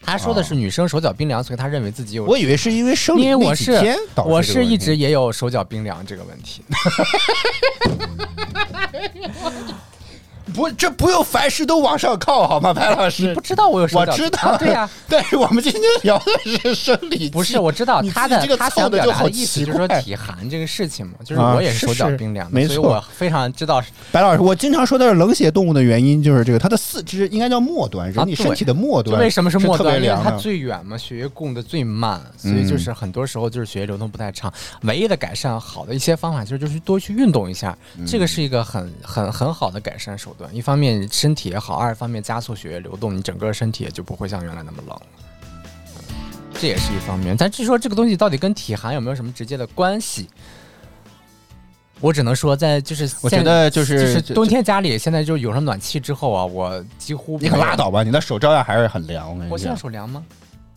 他说的是女生手脚冰凉，所以他认为自己有。
哦我以为是因为生理
因为我
那几
是
天导致
我
这个
是
问
一
题
直也有手脚冰凉这个问题，
不这不用凡事都往上靠好吗？白老师
不，知道我有手
我
脚冰
知
凉。
道，
啊对呀、
但是我们今天聊的是生理 期，
不是，我知道
你
他
自己
的
这个
他
凑
想
的
表
就
达
好
的意
奇
思就是说
怪。
体寒这个事情嘛，就是
啊
我也是
是
手脚
是
冰凉的，
没
所以
错
我非常知道
白老师，我经常说它是冷血动物的原因就是这个，它的四肢应该叫末端，人体
啊对
身体的末
就
端，
为什么是末
哦特别
端？因为
凉啊嗯
它
的
最远嘛，血液供的最慢，所以就是很多时候就是血液流通不太畅。唯一的改善好的一些方法就是就是多去运动一下，
嗯
这个是一个很很很好的改善手段。一方面身体也好，二方面加速血液流动，你整个身体也就不会像原来那么冷了。嗯这也是一方面，但至于说这个东西到底跟体寒有没有什么直接的关系？我只能说，在就是
我
现
觉得就是
就是
就
冬天家里现在就有上暖气之后啊，我几乎
你可
没有
拉倒。吧，你的手照样还是很凉。我跟你
我现
讲
在，手凉吗？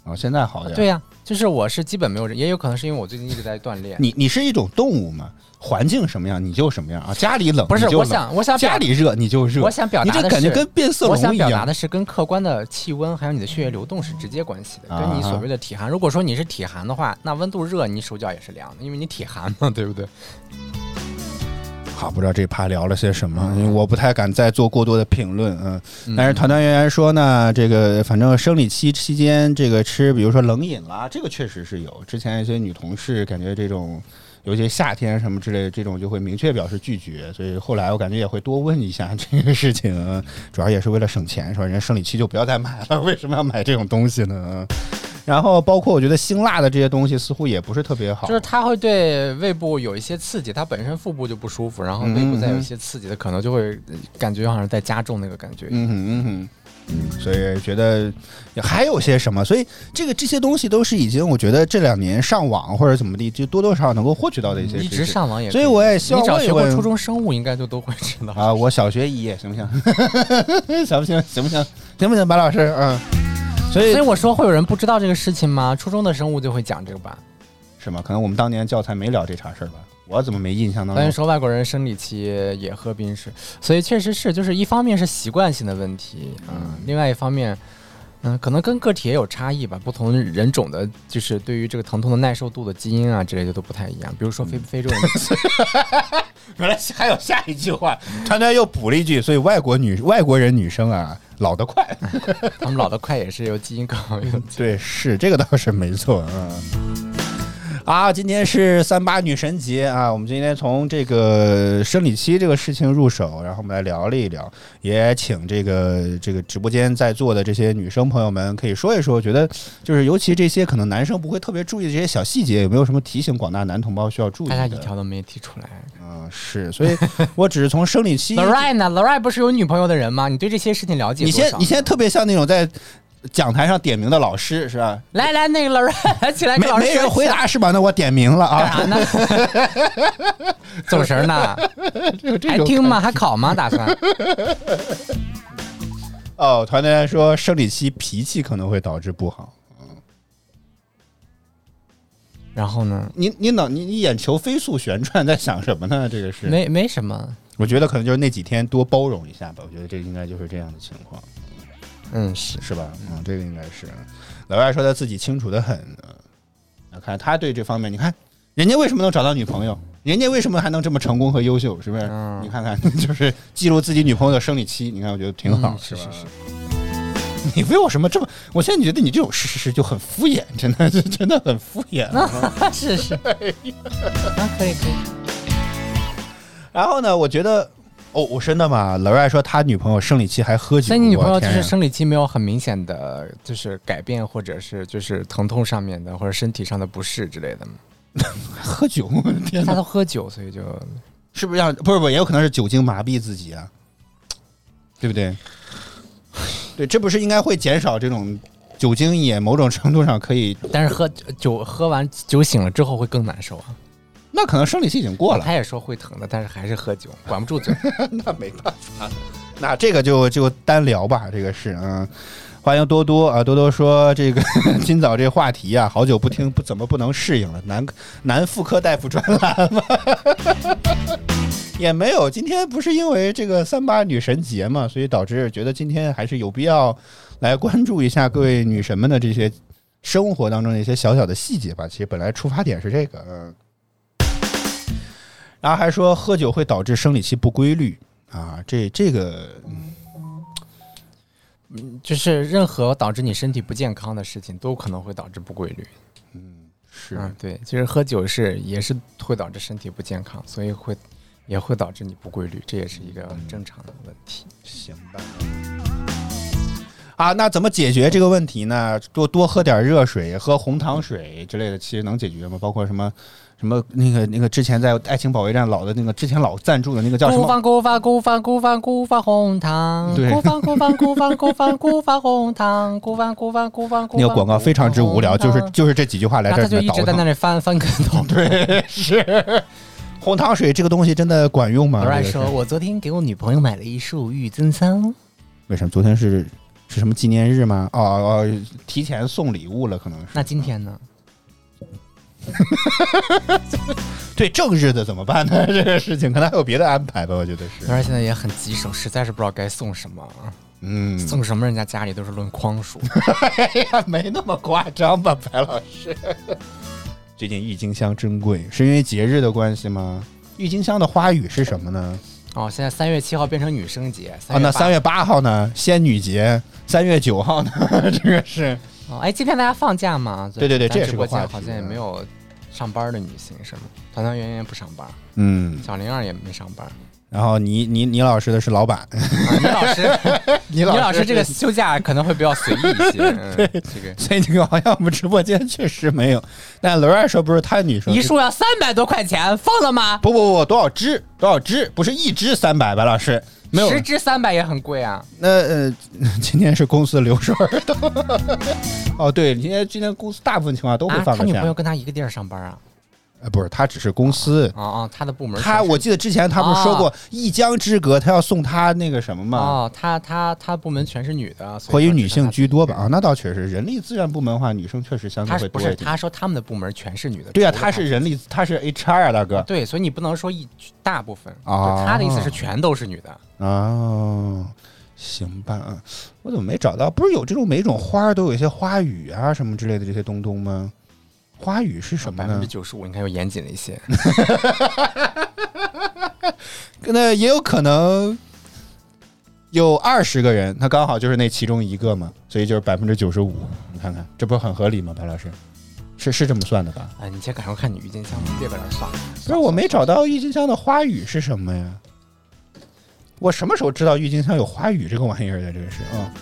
啊，现在好点。
对呀、就是我是基本没有人，也有可能是因为我最近一直在锻炼。
你你是一种动物嘛，环境什么样你就什么样啊。家里冷
不是
你就冷
我想我想表
家里热你就热，
我想表达的
你
是
这感觉跟变色
我
龙
想
一
表达
样。
的是，跟客观的气温还有你的血液流动是直接关系的，跟
啊
你所谓的体寒。如果说你是体寒的话，那温度热，你手脚也是凉的，因为你体寒嘛，对不对？
好，不知道这趴聊了些什么，因为我不太敢再做过多的评论。嗯，但是团团圆圆说呢，这个反正生理期期间，这个吃比如说冷饮啦，这个确实是有。之前一些女同事感觉这种。尤其夏天什么之类的，这种就会明确表示拒绝，所以后来我感觉也会多问一下 这个事情，嗯主要也是为了省钱，说人家生理期就不要再买了，为什么要买这种东西呢？嗯然后包括我觉得辛辣的这些东西似乎也不是特别好，
就是它会对胃部有一些刺激，它本身腹部就不舒
嗯
服，然后胃部再有一些刺激的，可能就会呃感觉好像在加重那个感觉。
嗯哼嗯哼。嗯，所以觉得还有些什么，所以这个这些东西都是已经我觉得这两年上网或者怎么地，就多多少少能够获取到的一些
一
知
直
识。
上网也可
所
以，
以我也希望
你找
问一
学过
问
初中生物应该就都会知道。
啊，我小学一夜行不行？行 不行？行不行？行不行？白老师，嗯，所以
所以我说会有人不知道这个事情吗？初中的生物就会讲这个吧。
是吗？可能我们当年教材没聊这茬事儿吧？我怎么没印象当
咱
中？
说外国人生理期也喝冰室，所以确实是，就是一方面是习惯性的问题，嗯，另外一方面，嗯，可能跟个体也有差异吧，不同人种的，就是对于这个疼痛的耐受度的基因啊之类的都不太一样。比如
嗯
说非非洲人，
原来还有下一句话，团团又补了一句，所以外国女外国人女生啊，老得快。
他们老得快也是有基因考虑。
对，是这个倒是没错，嗯。啊，今天是三八女神节啊！我们今天从这个生理期这个事情入手，然后我们来聊了一聊，也请这个这个直播间在座的这些女生朋友们可以说一说，觉得就是尤其这些可能男生不会特别注意的这些小细节，有没有什么提醒广大男同胞需要注意
大家
的？
一条都没提出来。
嗯，是，所以我只是从生理 期啊
l o r i 呢 l o r i 不是有女朋友的人吗？你对这些事情了解
你
多少？
现你现在特别像那种在讲台上点名的老师是吧？
来来那个 l o r i 来 起来，
没
给老师
没
说
人
一
回
下
答是吧？那我点名了啊
干。啥呢？ 走神儿呢？还听吗？还考吗？打算？
哦，团队说生理期脾气可能会导致不好。
然后呢？
你你脑你你眼球飞速旋转，在想什么呢？这个是，
没没什么，
我觉得可能就是那几天多包容一下吧。我觉得这应该就是这样的情况，
嗯，是
是吧？嗯，这个应该是。老外说他自己清楚的很，嗯那看他对这方面，你看人家为什么能找到女朋友，人家为什么还能这么成功和优秀，是不是？
嗯
你看看，就是记录自己女朋友的生理期，你看我觉得挺好，
嗯是
吧？
是是
你为我什么这么？我现在觉得你这种事实就很敷衍，真的， 这真的很敷衍、啊。
嗯是 是，
哎
啊，可以可以，
然后呢，我觉得，哦，我真的吗？老外说他女朋友生理期还喝酒，
所以你女朋友
我
就
天
是
呀
生理期没有很明显的就是改变，或者是就是疼痛上面的，或者身体上的不适之类的
嗯
吗？
喝酒，我的天
她
哪，
都喝酒，所以就是
不是让？不是不是，也有可能是酒精麻痹自己啊，对不对？对，这不是应该会减少这种酒精也某种程度上可以？
但是喝酒喝完酒醒了之后会更难受啊。
那可能生理期已经过了，
她也说会疼的，但是还是喝酒，管不住嘴。
那没办法了，那这个就就单聊吧，这个是嗯。欢迎多多啊！多多说这个 今早这话题啊，好久不听不怎么不能适应了，男男妇科大夫专栏嘛， 也没有。今天不是因为这个三八女神节嘛，所以导致觉得今天还是有必要来关注一下各位女神们的这些生活当中的一些小小的细节吧。其实本来出发点是这个，嗯。然后还说喝酒会导致生理期不规律啊，这这个
就是任何导致你身体不健康的事情，都可能会导致不规律。
是
嗯，对，其实喝酒是也是会导致身体不健康，所以会也会导致你不规律，这也是一个正常的问题。
行吧。啊，那怎么解决这个问题呢？多多喝点热水，喝红糖水之类的，其实能解决吗？包括什么什么那个那个之前在爱情保卫战老的那个之前老赞助的那个叫什
孤
么？
芳孤芳孤芳孤芳孤芳红糖，
对
孤芳孤芳孤芳孤芳孤芳红糖，孤芳孤芳孤芳孤
那
芳
个广告非常之无聊，
孤
就
芳
是就是这几句话来
然
这
后
儿
他就一
倒
直在那
腾。
里翻翻跟头。
对，是红糖水这个东西真的管用吗？
老赖
这个
说：“
是
我昨天给我女朋友买了一束玉增桑，
为什么昨天是是什么纪念日吗？哦哦，提前送礼物了，可能是。
那今天呢？
对正日的怎么办呢？ 这个事情可能还有别的安排吧，我觉得是
老。赖现在也很棘手，实在是不知道该送什么，啊
嗯，
送什么人家家里都是论筐 数。
哎呀，没那么夸张吧，白老师。最近郁金香珍贵，是因为节日的关系吗？郁金香的花语是什么呢？
哦，现在三月七号变成女生节，
啊，
八
那三月八号呢？仙女节。三月九号呢？ 这个是
哦，哎，今天大家放假吗？
对对对
咱
这也是
直
个
播
话
间
题啊
好像也没有上班的女性，是吗？团团圆圆不上班，
嗯，
小玲儿也没上班，啊
然后倪倪倪老师的是老板，
倪老师，
倪
倪
老
老师这个
是，
休假可能会比较随意 一些。嗯、这个
所以这个好像我们直播间确实没有。但刘爱说不是他女生，
一束要三百多块钱，放了吗？
不不不，多少只？多少只？不是一只三百，白老师，没有
十支三百也很贵啊。
那呃， 今天是公司流水儿 的。哦，对，今天今天公司大部分情况都会
啊，
放
他
个
女
假
朋。友跟他一个地儿上班啊？
呃，不是，他只是公司。
哦哦，他的部门是
他我记得之前他不是说过一江之隔，他要送他那个什么嘛，
哦，他他他部门全是女的，所
所
以
以
说
女性居多吧？
他
啊，那倒确实，人力资源部门的话，女生确实相对
他
会
是不
多
是
一点。
他说他们的部门全是女的？
对啊，
除了
他是人力，他是 HR 啊，大哥。
对，所以你不能说一大部分
哦
就他的意思是全都是女的。
哦，行吧，嗯我怎么没找到？不是有这种每种花儿都有一些花语啊什么之类的这些东东吗？花语是什么
百分
呢
之？九十五，你看又严谨了一些。
嗯那也有可能有二十个人，他刚好就是那其中一个嘛，所以就是百分之九十五。你看看，这不是很合理吗？白老师，是是这么算的吧？
啊，你先赶上看你郁金香吧，别搁这儿算了。
不是，我没找到郁金香的花语是什么呀？我什么时候知道郁金香有花语这个玩意儿的？真是啊！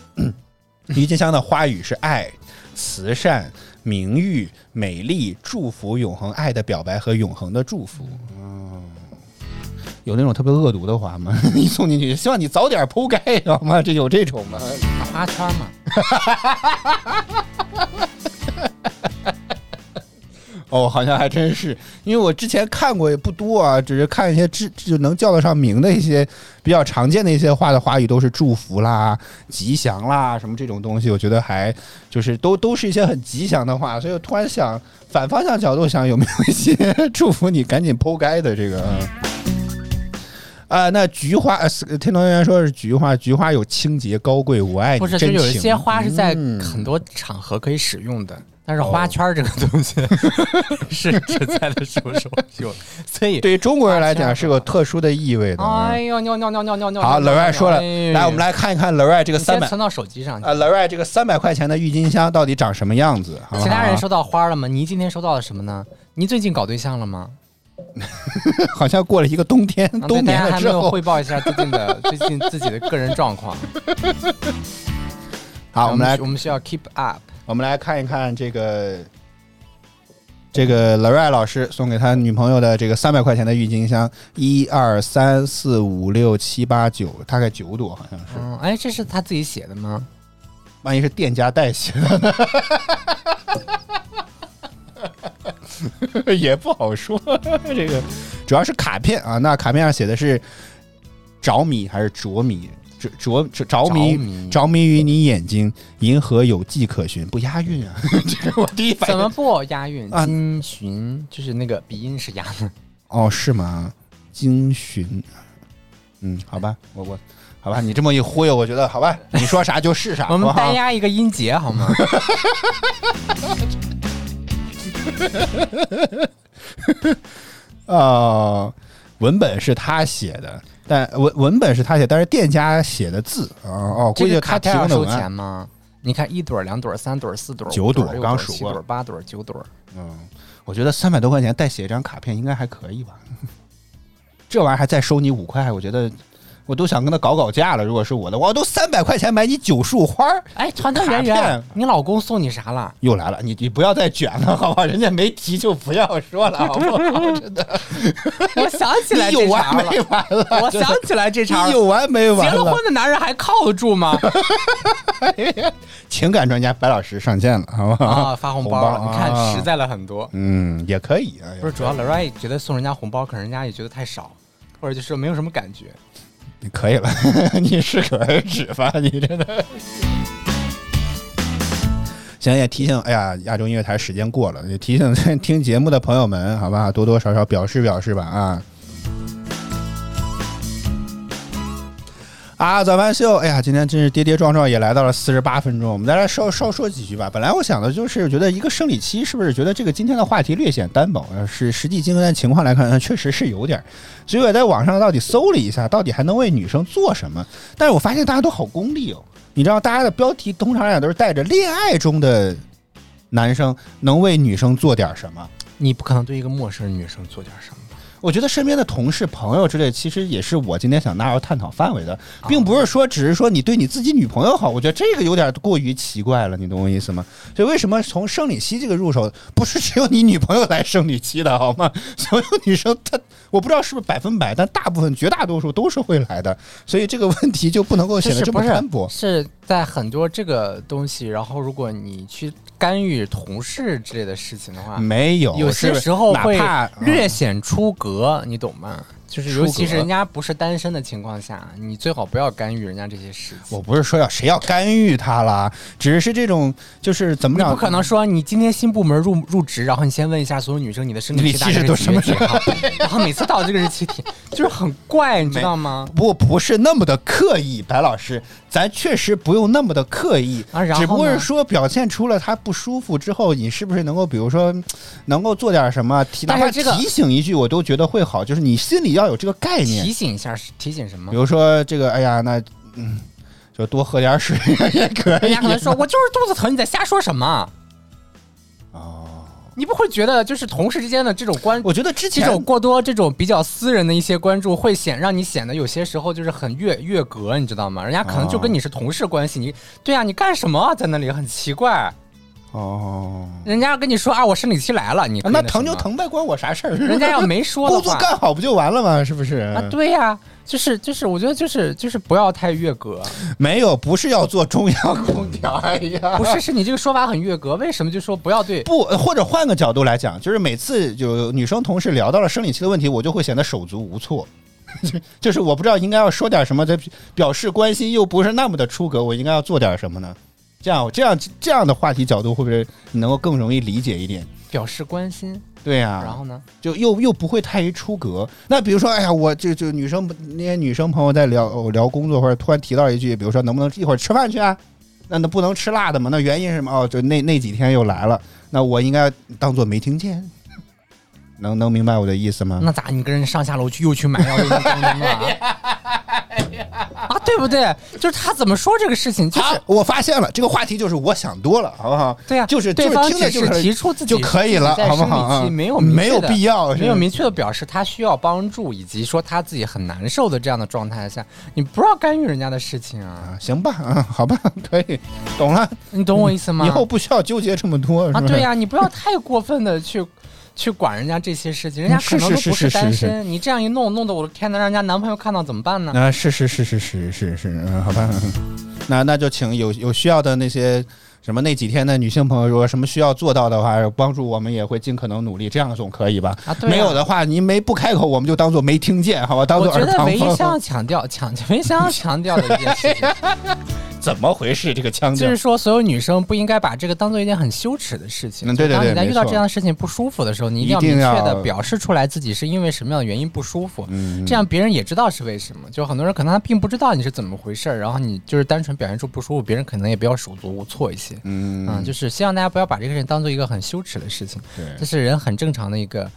郁金香的花语是爱、慈善、名誉、美丽、祝福、永恒、爱的表白和永恒的祝福。嗯，有那种特别恶毒的花吗？ 一送进去，希望你早点铺盖，好吗？这有这种吗？
打花圈嘛，
哦，好像还真是，因为我之前看过也不多啊，只是看一些知就能叫得上名的一些比较常见的一些话的话语，都是祝福啦、吉祥啦什么这种东西，我觉得还就是都都是一些很吉祥的话，所以我突然想反方向角度想，有没有一些 祝福你赶紧剖开的这个？嗯啊、那菊花，呃，是听同学员说是菊花，菊花有清洁、高贵、我爱你、
不是，就
哎真
有一
情
些花是在
嗯哦
很多场合可以使用的，但是花圈这个东西 是只在的时候手用，所以。
对于中国人来讲是有特殊的意味的。嗯
哎呦，尿尿尿尿尿尿！
好，
尿
老外说了
哎呦，
来，我们来看一看老外这个
你先
三百
存到手机上去。
啊，老外这个三百块钱的郁金香到底长什么样子？好不好
其他人收到花了吗？您今天收到了什么呢？您最近搞对象了吗？
好像过了一个冬天，
啊对
冬眠
大家
了
还
之
没有
后
汇，报一下最近的最近自己的个人状况。
好，我们来
啊我们需要 keep up。
我们来看一看这个这个 l a r a 老师送给他女朋友的这个三百块钱的郁金香，一二三四五六七八九，大概九朵好像是。
嗯，哎，这是他自己写的吗？
万一是店家代写的呢？ 也不好说。 这个主要是卡片啊，那卡片上写的是着迷还是着迷？着着着着
着
迷
迷
着迷于你眼睛，银河有迹可循，不押韵啊！ 这个我第一反
怎
应
么不押韵？
啊
金寻就是那个鼻音是押的。
哦是吗？经寻，嗯，好吧，我我好吧，你这么一忽悠，我觉得好吧，你说啥就是啥，
我
好
们
不好
单押一个音节好 吗？
呃，文本是他写的，但呃文文本是他写，但是店家写的字啊哦，估
这
计
个
是
卡
他提
片要
供的
收
文
钱
案。
吗？你看一朵、两朵、三朵、四朵、
九
五朵
朵、
六
刚
朵、
数
七
过
朵、八朵、九朵。
嗯，我觉得三百多块钱再写一张卡片应该还可以吧， 这玩意儿还再收你五块，我觉得我都想跟他搞搞价了。如果是我的，我都三百块钱买你九束花儿，
哎，团团圆
卡
圆
片，
你老公送你啥了？
又来了，你你不要再卷了，好不好？ 人家没提就不要说了，
啊
好不好？真的，
我想 起来
你
这
有
茬
完
了
没，完了？
我想起来这茬了。
你有完没
结
完
了
了
婚？的男人还靠住 吗？
情感专家白老师上线了，好不好？
啊，发红包了，
红包
你看
啊
实在了很多。
嗯，也可以啊，
不是，主要 Larry 觉得送人家红包，可能人家也觉得太少，或者就是没有什么感觉。
你可以了， 你适可而止吧， 你真的。行，也提醒，哎呀，亚洲音乐台时间过了，也提醒听节目的朋友们，好吧，多多少少表示表示吧啊。啊，早班秀，哎呀，今天真是跌跌撞撞，也来到了四十八分钟。我们再来稍稍说几句吧。本来我想的就是，觉得一个生理期是不是觉得这个今天的话题略显单薄？呃是实际经验情况来看，呃确实是有点儿。所以我在网上到底搜了一下，到底还能为女生做什么？但是我发现大家都好功利哦。你知道，大家的标题通常来讲都是带着恋爱中的男生能为女生做点什么。
你不可能对一个陌生女生做点什么吧？
我觉得身边的同事、朋友之类，其实也是我今天想纳入探讨范围的，
啊
并不是说只是说你对你自己女朋友好，我觉得这个有点过于奇怪了，你懂我意思吗？所以为什么从生理期这个入手，不是只有你女朋友来生理期的好吗？ 所有女生她，我不知道是不是百分百，但大部分、绝大多数都是会来的，所以这个问题就不能够显得
是
这
不
么
是
单薄。
是在很多这个东西，然后如果你去干预同事之类的事情的话，
没有，
啊有些
是
时候
哪
会
怕嗯
略显出格，你懂吗？就是
出
尤其
格
是人家不是单身的情况下，你最好不要干预人家这些事情。
我不是说要谁要干预他啦，只是这种就是怎么
你
讲，
不可能说你今天新部门入入职，然后你先问一下所有女生你的生理
你
期
的
大
气
概
质都
是
什
几
么
月几号， 然后每次到这个日期点就是很怪，你知道吗？
不不是那么的刻意，白老师，咱确实不用那么的刻意，
啊然后呢
只不过是说表现出了他不舒服之后，你是不是能够，比如说，能够做点什么，提哪
但是
怕
这个
提醒一句，我都觉得会好，就是你心里要有这个概念
提，醒一下，是提醒什么
比？如说这个，哎呀，那嗯，就多喝点水 也可以，
人家可能说：“我就是肚子疼，你在瞎说什么？”哦，你不会觉得就是同事之间的这种关，
我觉得之
这
前
种过多、这种比较私人的一些关注，会显让你显得有些时候就是很越越格，你知道吗？人家可能就跟你是同事关系，你对啊，你干什么啊在那里很奇怪？
哦，
人家要跟你说啊，我生理期来了，你
那疼就，疼呗，关我啥事儿？
人家要没说的
工作
话
干好不就完了吗？是不是？
啊，对呀、就是就是，我觉得就是就是不要太越格，
没有，不是要做中央空调，哎呀，
不是是你这个说法很越格，为什么就说不要对？
不，呃或者换个角度来讲，就是每次有女生同事聊到了生理期的问题，我就会显得手足无措， 就是我不知道应该要说点什么，这表示关心又不是那么的出格，我应该要做点什么呢？这样，这样，这样的话题角度会不会你能够更容易理解一点？
表示关心，
对啊呀、
然后呢？
就又又不会太于出格。那比如说，哎呀，我就就女生那些女生朋友在聊哦聊工作，或者突然提到一句，比如说能不能一会儿吃饭去啊？那那不能吃辣的嘛？那原因是什么？哦，就那那几天又来了，那我应该当做没听见，能能明白我的意思吗？
那咋你跟人上下楼去又去买药又去干什么啊？ 啊，对不对？就是他怎么说这个事情，就
好
是，
我发现了，这个话题就是我想多了，好不好？
对啊，
就是
对
就是
方
听着
只
就是是
提出自己
就可以了
自己在
好不
生
好
理期
嗯
没有
没有
明确的
必要是
没有明确的表示他需要帮助，以及说他自己很难受的这样的状态下，你不要干预人家的事情啊，
啊行吧，嗯，好吧， 可以，懂了，
你懂我意思吗？
以后不需要纠结这么多，是
啊，
吧
对呀、你 不要太过分的去去管人家这些事情，人家可能都
嗯是是
不
是是
单身，
是
你这样一弄，弄得我的天呐，让人家男朋友看到怎么办呢？
啊，是是是是是是是，嗯，好吧，那那就请有有需要的那些什么那几天的女性朋友，如果有什么需要做到的话，帮助我们也会尽可能努力，这样总可以吧？
啊对啊
没有的话，您没不开口，我们就当做没听见，好吧？当
我
做
觉
耳
得
旁
唯一想要
风。
强调强 唯一想要强调的一件事情，
怎么回事？这个腔
就
调
是说所有女生不应该把这个当做一件很羞耻的事情。
嗯对对
就当
对
你在
没
遇到
错
这样的事情不舒服的时候，你一定
一定
明确
要嗯
的表示出来自己是因为什么样的原因不舒服，这样别人也知道是为什么。就很多人可能他并不知道你是怎么回事儿，然后你就是单纯表现出不舒服，别人可能也比较手足无措一些。
嗯
嗯，就是希望大家不要把这个事情当做一个很羞耻的事情，
对
这是人很正常的一个，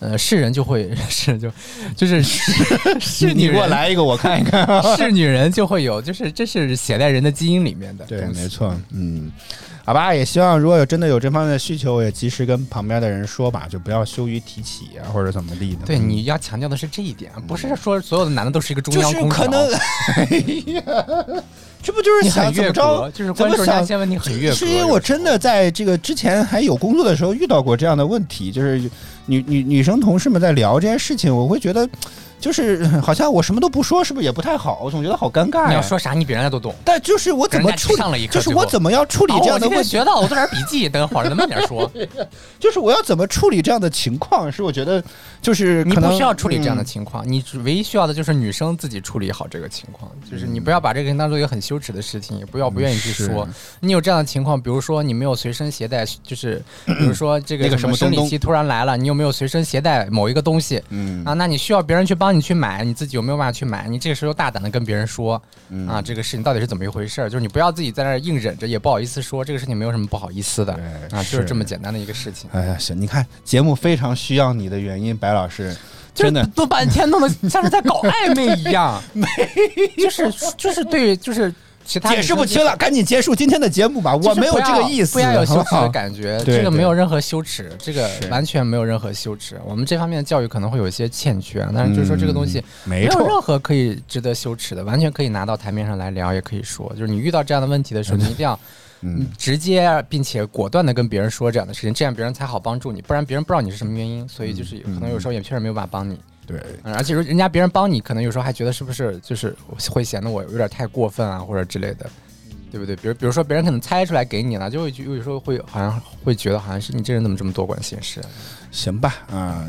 呃，是人就会 是就就是 是
你
女
给我
人
来一个，我看 一看。
是女人就会有，就是这是写在人的基因里面的，
对，没。错，嗯，好吧，也希望如果有真的有这方面的需求，也及时跟旁边的人说吧，就不要羞于提起啊，或者怎么地的。
对，你要强调的是这一点，不是说所有的男的都是一个中
嗯就
央
是
空调，
可能， 哎呀，这不就是
你
想
很
怎
越
么
格，
着？
就是
怎
关
么
注人家
想
一些问题很越格。
是因为我真的在这个之前还有工作的时候遇到过这样的问题，就是女女女生同事们在聊这些事情，我会觉得就是 好像我什么都不说，是不是也不太好？我总觉得好尴尬
你
呀、
要说啥，你比人家都懂。
但就是我怎么
给
处
人家上了
理，
一课
就是
最后
我怎么要 处理这
哦，我
样的
今天
问题，
学到了，我做点笔记，等会儿咱慢点说。
就是我要怎么处理这样的情况，是我觉得就是
你不
可能
需要处理这样的
嗯
情况，你只唯一需要的就是女生自己处理好这个情况，就是你不要把这个当做一个很羞耻的事情，也不要不愿意去
嗯是
说。你有这样的情况，比如说你没有随身携带，就是比如说这
那个
个
什么
生
东
理
东
期突然来了，你有没有随身携带某一个东西？
嗯
啊，那你需要别人去帮你去买，你自己有没有办法去买？你这个时候大胆的跟别人说，
嗯
啊，这个事情到底是怎么一回事儿？就是你不要自己在那儿硬忍着，也不好意思说，这个事情没有什么不好意思的
对
啊，就是
是
这么简单的一个事情。
哎呀，行，你看节目非常需要你的原因，白老师，
就是
真的
都半天弄得像是在搞暧昧一样，没，就是就是对，就是其他
解释不清了，赶紧结束今天的节目吧，
就
我
是不
没
要，
有这个意思，
不要有羞
好
耻
不好
的感觉，
对
这个
对
没有任何羞耻，这个
是
完全没有任何羞耻。我们这方面的教育可能会有一些欠缺，啊但是就是说这个东西
嗯
没
没
有
错
任何可以值得羞耻的，完全可以拿到台面上来聊，也可以说，就是你遇到这样的问题的 时候，你一定要。嗯，直接并且果断的跟别人说这样的事情，这样别人才好帮助你，不然别人不知道你是什么原因，所以就是
嗯
可能有时候也确实没有办法帮你。
对，
嗯，而且人家别人帮你，可能有时候还觉得是不是就是会显得我有点太过分啊，或者之类的，
嗯
对不对？比如比如说别人可能猜出来给你了，就会有有时候会好像会觉得好像是你这人怎么这么多管闲事、
行吧，啊，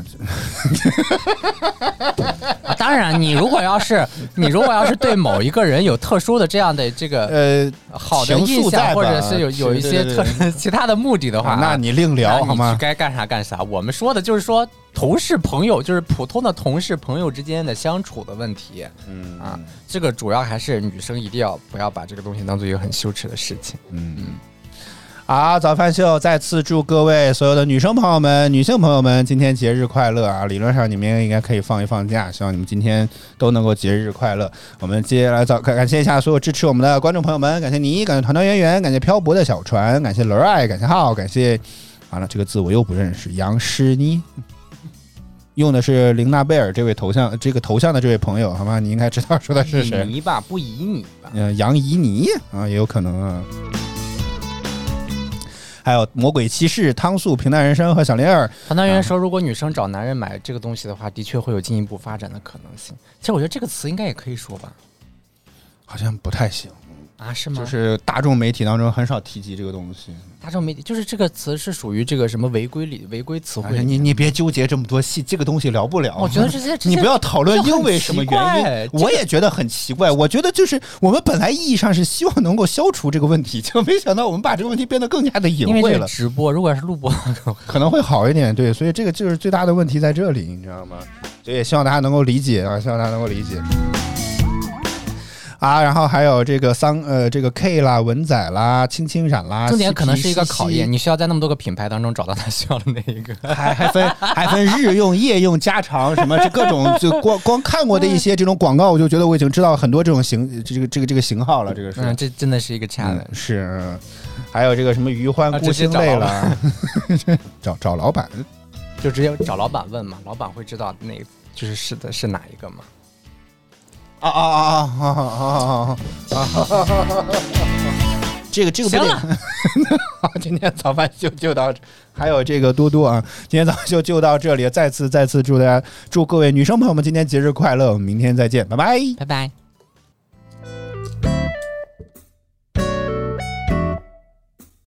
啊？当然，你如果要是你如果要是对某一个人有特殊的这样的这个
呃，
好的
情
印象，
愫在吧
或者是有有一些特
是对对对
其他的目的的话，
啊那你另
那
聊
你
好吗
去？该干啥干啥。我们说的就是说同事朋友，就是普通的同事朋友之间的相处的问题。嗯啊，这个主要还是女生一定要不要把这个东西当做一个很羞耻的事情。
好，啊早饭秀再次祝各位所有的女生朋友们、女性朋友们今天节日快乐啊！理论上你们应该可以放一放假，希望你们今天都能够节日快乐。我们接下来早感感谢一下所有支持我们的观众朋友们，感谢你，感谢团团圆圆，感谢漂泊的小船，感谢轮儿爱，感谢浩，感谢完了这个字我又不认识，杨诗妮。用的是玲娜贝尔这位头像，这个头像的这位朋友，好吗？你应该知道说的是谁。
以你吧，不以你吧。
嗯、杨怡妮啊，也有可能啊。还有魔鬼骑士、汤素、平淡人生和小莲儿，
唐团员说，如果女生找男人买这个东西的话，的确会有进一步发展的可能性。其实我觉得这个词应该也可以说吧？
好像不太行，
啊，是吗？
就是大众媒体当中很少提及这个东西。
大众媒体，就是这个词是属于这个什么违规里违规词
哎
汇
呀
里。
你你别纠结这么多细，这个东西聊不了。
我觉得 这些这些
你不要讨论因为什么
这很
原
奇怪
因，我也觉得很奇怪。我觉得就是我们本来意义上是希望能够消除这个问题，就没想到我们把这个问题变得更加的隐
因为
晦
这是
了，
直播，如果要是录播，
可能会好一点。对，所以这个就是最大的问题在这里，你知道吗？所以也希望大家能够理解啊，希望大家能够理解。啊，然后还有这个桑呃，这个 K 啦、文仔啦、青青染啦，
重点可啊能是一个
CP
考验，。你需要在那么多个品牌当中找到他需要的那一 个。
还还分还分日用、夜用、加长什么，这各种就光光看过的一些这种广告，我就觉得我已经知道很多这种型这个这个这个型号了。这个是、
嗯，这真的是一个 challenge。
嗯是，还有这个什么余欢
啊
孤
直接
星
找
泪
老
了， 找找老板，
就直接找老板问嘛，老板会知道那就是是的是哪一个嘛。
啊啊啊啊啊啊啊啊！这个这个不得，好，今天早饭就就到这，还有这个多多啊，今天早饭就就到这里，再次再次祝大家祝各位女生朋友们今天节日快乐，我们明天再见，拜拜。
拜拜。